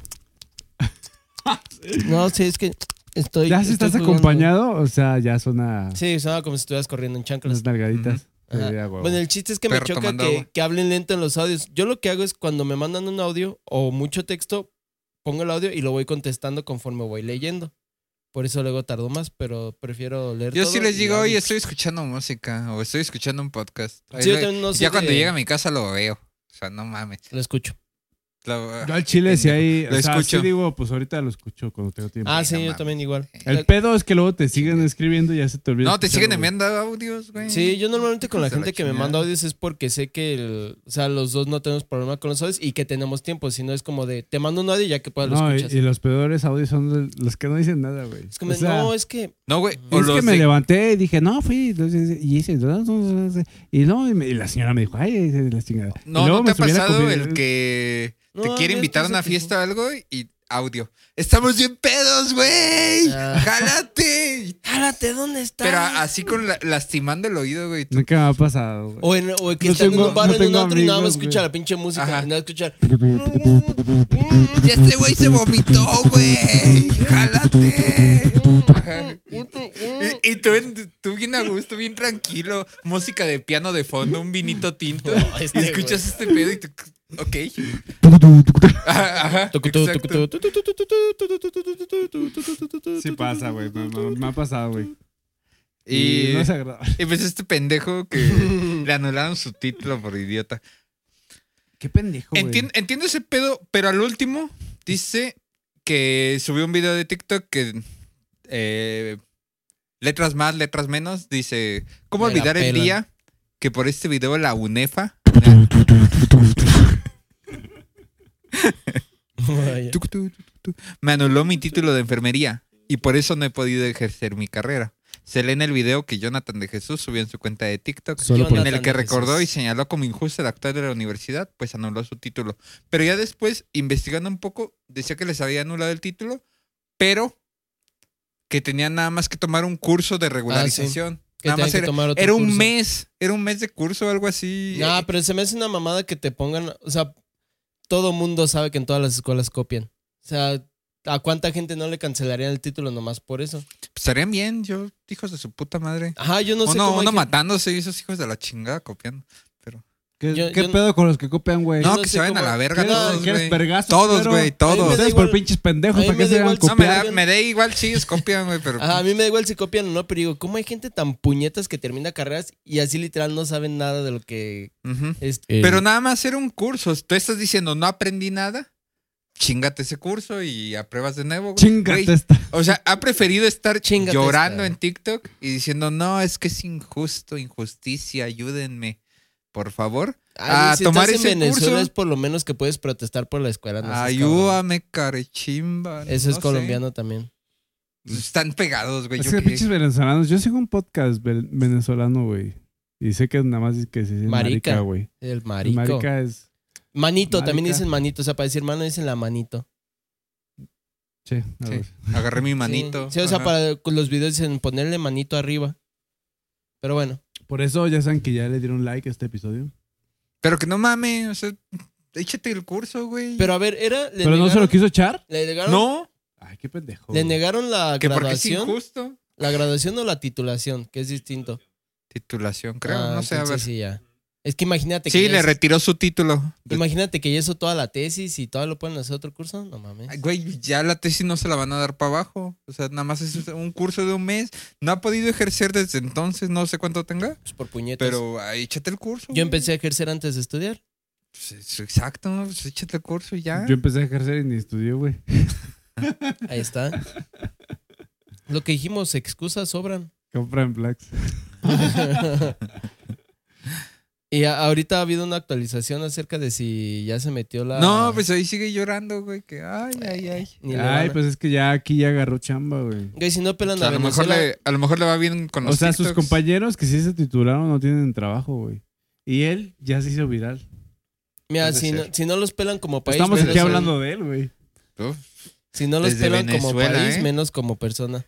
No, sí, es que estoy.
Ya si
estoy
estás
jugando.
acompañado, o sea, ya suena
Sí, sonaba como si estuvieras corriendo en chanclas.
las nalgaditas.
Ajá.
Sí, a huevo.
Bueno, el chiste es que
Perro
me choca
tomando
que,
agua.
que hablen lento en los audios. Yo lo que hago es cuando me mandan un audio o mucho texto, pongo el audio y lo voy contestando conforme voy leyendo. Por eso luego tardo más, pero prefiero leer
Yo
todo
sí les
y
digo,
audio.
oye, estoy escuchando música o estoy escuchando un podcast. Ahí
Sí, yo
lo-
también no soy
ya cuando
de-
llega a mi casa lo veo. O sea, no mames.
Lo escucho.
La-
Yo al chile si hay.
Lo
o sea,
escucho.
sí digo, pues ahorita lo escucho cuando tengo tiempo.
Ah,
no
sí, yo
mames.
también igual.
el pedo es que luego te siguen escribiendo y ya se te olvida.
No, te siguen
escucharlo, güey.
enviando audios, güey.
Sí, yo normalmente con la
Hijos de
gente que me
chingada.
manda audios es porque sé que el- o sea, los dos no tenemos problema con los audios y que tenemos tiempo, sino es como de te mando un audio y ya que puedas lo
No, y,
escuchas.
y los peores audios son los que no dicen nada, güey.
Es como,
O sea,
no, es que
No, güey. o
Es que
los
me
de-
levanté y dije, no, fui. entonces, Y hice. no, no, no, Y no, y, me- y la señora me dijo, ay, la chingada. Y
No,
luego
¿no te ha
me subí a eh. la
pasado
comida.
el que te
No,
quiere
a mí
invitar a
me
una
pasa que
fiesta o algo y audio? ¡Estamos bien pedos, güey!
Ah.
¡Jálate!
Jálate, ¿dónde estás?
Pero a- así con la- lastimando el oído, güey.
Nunca me ha pasado,
Oh.
güey.
O, en, o que
No
están en
tengo-
un bar
no
o en un
tengo
otro y nada más
amigos,
escucha
güey.
la pinche música.
Ajá.
Y nada más escuchar.
¡Ya este güey se vomitó, güey! ¡Jálate! Ajá. Y, y tú, en- tú bien a gusto, bien tranquilo. Música de piano de fondo, un vinito tinto.
No, este
y escuchas este pedo y tú... Ok. Ajá, ajá,
Tucu, tu,
exacto.
tucu, tu, tu, tu, tu, tu, tu, tu, tu, tu, tu, tu, tu, tu, tu, tu, tu, tu,
Sí
tu,
pasa, güey. Me, me- me ha pasado, güey.
Y...
no es agradable.
Y pues este pendejo que le anularon su título por idiota.
Qué pendejo, güey.
Entien- entiendo ese pedo, pero al último dice que subió un video de TikTok que eh, letras más, letras menos. Dice, ¿cómo
Me la
olvidar el
pelan.
día que por este video la UNEFA?
Vaya.
tuc, tuc, tuc, tuc, Me anuló mi título de enfermería y por eso no he podido ejercer mi carrera. Se lee en el video que Jonathan de Jesús subió en su cuenta de TikTok.
Solo por-
en el que
Jonathan de
recordó y
Jesús.
señaló como injusta la actual de la universidad, pues anuló su título. Pero ya después, investigando un poco, decía que les había anulado el título, pero que tenían nada más que tomar un curso de regularización.
Ah, Que
Nada
tengan
más
que
era,
tomar otro
era un
curso.
mes, era un mes de curso o algo así.
No,
Eh,
pero se me hace una mamada que te pongan. O sea, todo mundo sabe que en todas las escuelas copian. O sea, ¿a cuánta gente no le cancelarían el título nomás por eso?
pues, Estarían bien, yo, hijos de su puta madre.
Ajá, yo no sé
uno
cómo. hay
uno
gente-
matándose y esos hijos de la chingada copiando.
¿Qué,
Yo-
qué
yo-
pedo con los que copian, güey?
No,
no
que
sé
se vayan a
cómo-
la verga
¿Quieres-
todos,
quieres
güey.
vergas,
Todos,
culero?
güey,
A mí
todos.
me da
Ustedes por
igual-
pinches
a
pendejos,
mí
¿para
me
qué
da
se van a
igual si
No, me
copiar?
da, me da igual, sí, ellos copian, güey, pero... pues,
Ajá, a mí me da igual si copian o no, pero digo, ¿cómo hay gente tan puñetas que termina carreras y así literal no saben nada de lo que
Ujú.
es?
Pero nada más era un curso. Tú estás diciendo, no aprendí nada. Chingate ese curso y apruebas de nuevo. güey.
Chingate
Güey,
esta.
O sea, ha preferido estar
Chíngate
llorando
esta.
en TikTok y diciendo, no, es que es injusto, injusticia, ayúdenme, por favor.
Ah,
Ah,
si
tomar
estás
ese
en Venezuela
curso.
es por lo menos que puedes protestar por la escuela. no seas cabrón.
Ayúdame, carechimba. uh,
Eso
no
es
sé. Pues
colombiano también.
Están pegados, güey.
Es
yo
que
qué-
pinches venezolanos. Yo sigo un podcast vel- venezolano, güey. Y sé que nada más es que se dice
Marica.
marica, güey.
El
El
marico.
Marica es.
Manito, también
Marica.
dicen manito. O sea, para decir mano dicen la manito.
Sí, a
Sí.
ver.
Agarré mi
Sí.
manito.
Sí, o sea,
Ajá.
para con los videos dicen ponerle manito arriba. Pero bueno.
Por eso ya saben que ya le dieron like a este episodio.
Pero que no mames, o sea, échate el curso, güey.
Pero a ver, era. ¿Le
¿Pero no se
negaron-
lo quiso echar?
¿Le negaron,
no,
Ay, qué pendejo.
le negaron la
que porque es
graduación?
injusto.
¿La graduación o la titulación? Que es distinto.
Titulación, creo,
Ah,
no sé, a ver.
entonces
Sí,
sí, ya. Es que imagínate que. ya
le
hizo-
retiró su título. De-
Imagínate que ya hizo toda la tesis y todavía lo pueden hacer otro curso. No mames.
Ay, Güey, ya la tesis no se la van a dar para abajo. O sea, nada más es un curso de un mes. No ha podido ejercer desde entonces, no sé cuánto tenga.
Pues por puñetas.
Pero ah, échate el curso.
Yo
güey.
empecé a ejercer antes de estudiar.
Pues, es- exacto, pues, échate el curso y ya.
Yo empecé a ejercer y ni estudié, güey.
Ahí está. Lo que dijimos, excusas sobran.
Compran Blacks.
y a- ahorita ha habido una actualización acerca de si ya se metió la.
No, pues ahí sigue llorando, güey. Que ay, ay, ay.
ni la
Ay,
van a-
pues es que ya aquí ya agarró chamba, güey.
Güey, si no
O
pelan
sea,
a
pues, a, lo mejor
Venezuela.
le, a lo mejor le va bien con
O
los
sea, sus
TikToks.
compañeros que sí se titularon no tienen trabajo, güey. Y él ya se hizo viral. Pues
Mira,
Puede
si no,
ser.
si no los pelan como país.
Estamos
menos
aquí
Pues, el-
hablando de él, güey.
Uf,
Si no los
Desde
pelan como
Venezuela,
país,
¿eh?
menos como persona.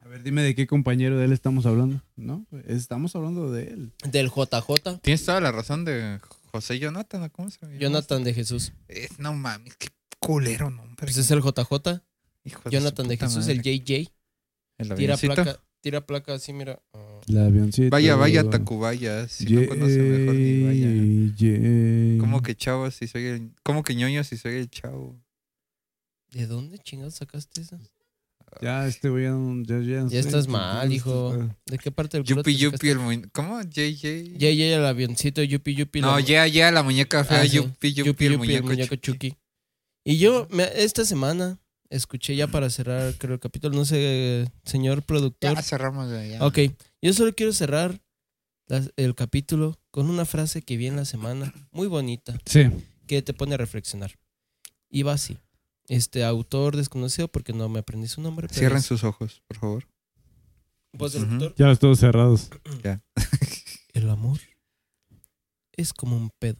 A ver, dime de qué compañero de él estamos hablando. No, estamos hablando de él.
Del JJ,
Tienes toda la razón de José Jonathan, ¿o ¿cómo se llama?
Jonathan de Jesús.
Eh, no mames, qué culero nombre.
Pues es el JJ,
Hijo su
Jonathan de
Pues, puta
Jesús,
madre.
el JJ.
El
Tira
avioncito.
placa, tira placa así, mira. Ah.
La avioncito.
Vaya, vaya, Tacubaya. ¿eh? Si no conoce mejor ni vaya. ¿Cómo que chavo si soy el. ¿Cómo que ñoño si soy el chavo?
¿De dónde chingados sacaste eso?
Ya, este güey ya no- ya, ya no
Ya
sé.
estás mal, hijo. ¿De qué parte del culo te
Yupi Yupi
sacaste?
el muñeco. ¿Cómo? JJ.
Ya, ya, el avioncito, yupi, yupi.
No,
la-
ya, ya, la muñeca fea.
Ah, sí.
Yupi Yupi el muñeco. Chucky.
Chucky. Y yo, me- esta semana, escuché ya para cerrar, creo, el capítulo, no sé, señor productor.
Ya cerramos ya, ya.
Ok, yo solo quiero cerrar las- el capítulo con una frase que vi en la semana, muy bonita,
Sí.
que te pone a reflexionar. Y va así. Este autor desconocido, porque no me aprendí su nombre. pero
Cierren
es-
sus ojos, por favor.
voz del
Ujú.
autor.
Ya los todos cerrados.
El amor es como un pedo.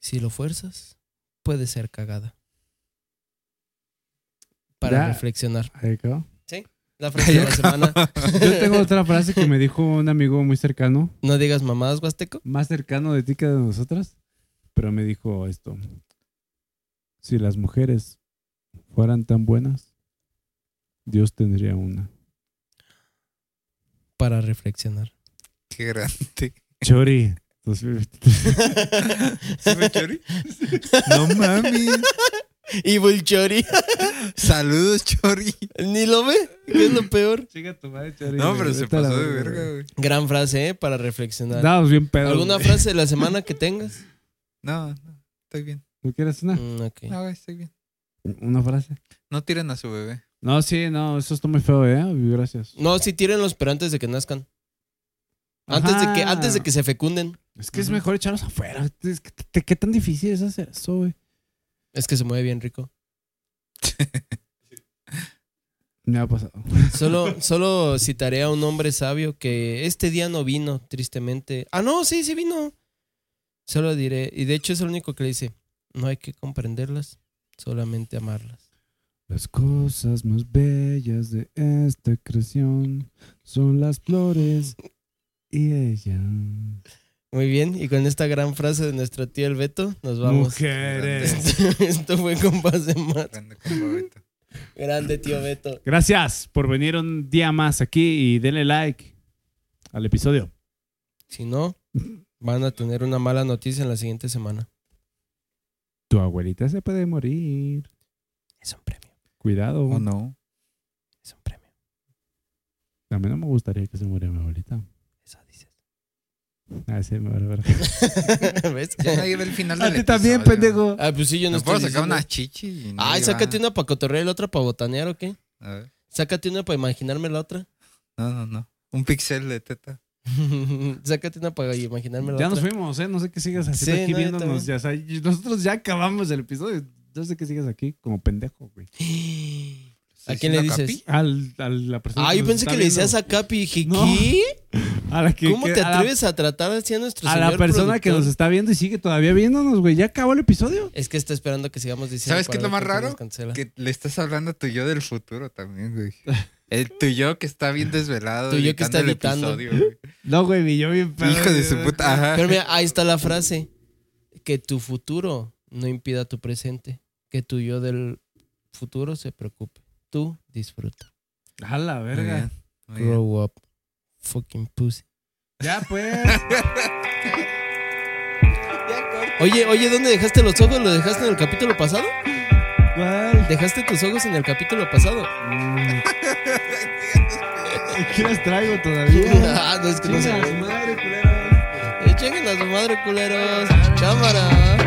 Si lo fuerzas, puede ser cagada. Para
Ya.
reflexionar.
Ahí acabó.
La frase de la semana.
Yo tengo otra frase que me dijo un amigo muy cercano,
No digas mamadas, Huasteco.
más cercano de ti que de nosotras, pero me dijo esto. Si las mujeres fueran tan buenas, Dios tendría una.
Para reflexionar.
Qué grande.
Chori. 2023.
¿Sí fue Chori? no mames.
y Bulchori.
Saludos, Chori.
Ni lo ve. que es lo peor?
No, pero se
Vete a la
pasó de verga, güey.
Gran frase, ¿eh? Para reflexionar.
No, pues bien pedo.
¿Alguna
güey.
frase de la semana que tengas?
No, no, estoy bien.
¿No quieres una?
Mm, ok.
No, güey, estoy bien.
¿Una frase?
No tiren a su bebé.
No, sí, no, eso está muy feo, ¿eh? Gracias.
No, sí, tírenlos, pero antes de que nazcan. Antes de que,
Ajá.
antes de que se fecunden.
Es que es
Ujú.
mejor echarlos afuera. Es que, ¿Qué, tan difícil es hacer eso, güey?
Es que se mueve bien rico.
Me ha pasado.
Solo, solo citaré a un hombre sabio que este día no vino, tristemente. Ah, no, sí, sí vino. Solo diré, y de hecho es el único que le dice, no hay que comprenderlas, solamente amarlas.
Las cosas más bellas de esta creación son las flores y ella.
Muy bien, y con esta gran frase de nuestro tío el Beto, nos vamos.
Mujeres.
Esto fue compás de más.
Grande compa, Beto.
Grande tío Beto.
Gracias por venir un día más aquí y denle like al episodio.
Si no, van a tener una mala noticia en la siguiente semana.
Tu abuelita se puede morir.
Es un premio,
Cuidado.
Oh,
¿O no?
es un premio.
A mí no me gustaría que se muriera mi abuelita.
Eso dices.
Ah, sí, me vale verga.
¿Ves?
Ya nadie ve el final
A
del
ti también,
episodio.
pendejo.
Ah, pues sí, yo no
pues, No
estoy
puedo sacar
diciendo-
una chichi. y no
Ay,
diga,
sácate una para cotorrear y la otra para botanear o qué?
a ver.
Sácate una para imaginarme la otra.
No, no, no. Un pixel de teta.
Sácate una para imaginarme la
Ya nos
otra.
fuimos, ¿eh? No sé qué sigas haciendo
Sí,
aquí
no, yo
viéndonos.
también.
Ya, sa- nosotros ya acabamos el episodio. No sé qué sigas aquí como pendejo, güey.
¿A quién le dices?
Al, a la persona
Ah, yo
nos Pues,
pensé
está
que le decías
viendo.
a Capi. Dije,
No.
¿qué?
A la que-
¿Cómo
que-
te
a la-
atreves a tratar así a nuestro
A la
señor
persona que
productor?
nos está viendo y sigue todavía viéndonos, güey. ¿Ya acabó el episodio?
Es que está esperando que sigamos diciendo.
¿Sabes qué es
para
lo más
ver cuánto
raro?
nos cancela.
Que le estás hablando a tu yo del futuro también, güey. El tu yo que está bien desvelado.
Tu yo que está
editando el
editando.
episodio, güey.
No, güey, ni yo bien pedo,
Hijo de
güey.
su puta. Ajá.
Pero mira, ahí está la frase. Que tu futuro no impida tu presente. Que tu yo del futuro se preocupe. Tú disfruta.
A la
Muy bien,
verga.
muy bien.
Grow up. Fucking pussy.
Ya, pues.
Oye, oye, ¿dónde dejaste los ojos? ¿Lo dejaste en el capítulo pasado?
¿Cuál?
Dejaste tus ojos en el capítulo pasado.
Mm. ¿Qué les traigo todavía?
Ah, no, es que no
Chinga
se
a su
ve.
madre, culeros.
Eh, Chequen a su madre, culeros. Cámara.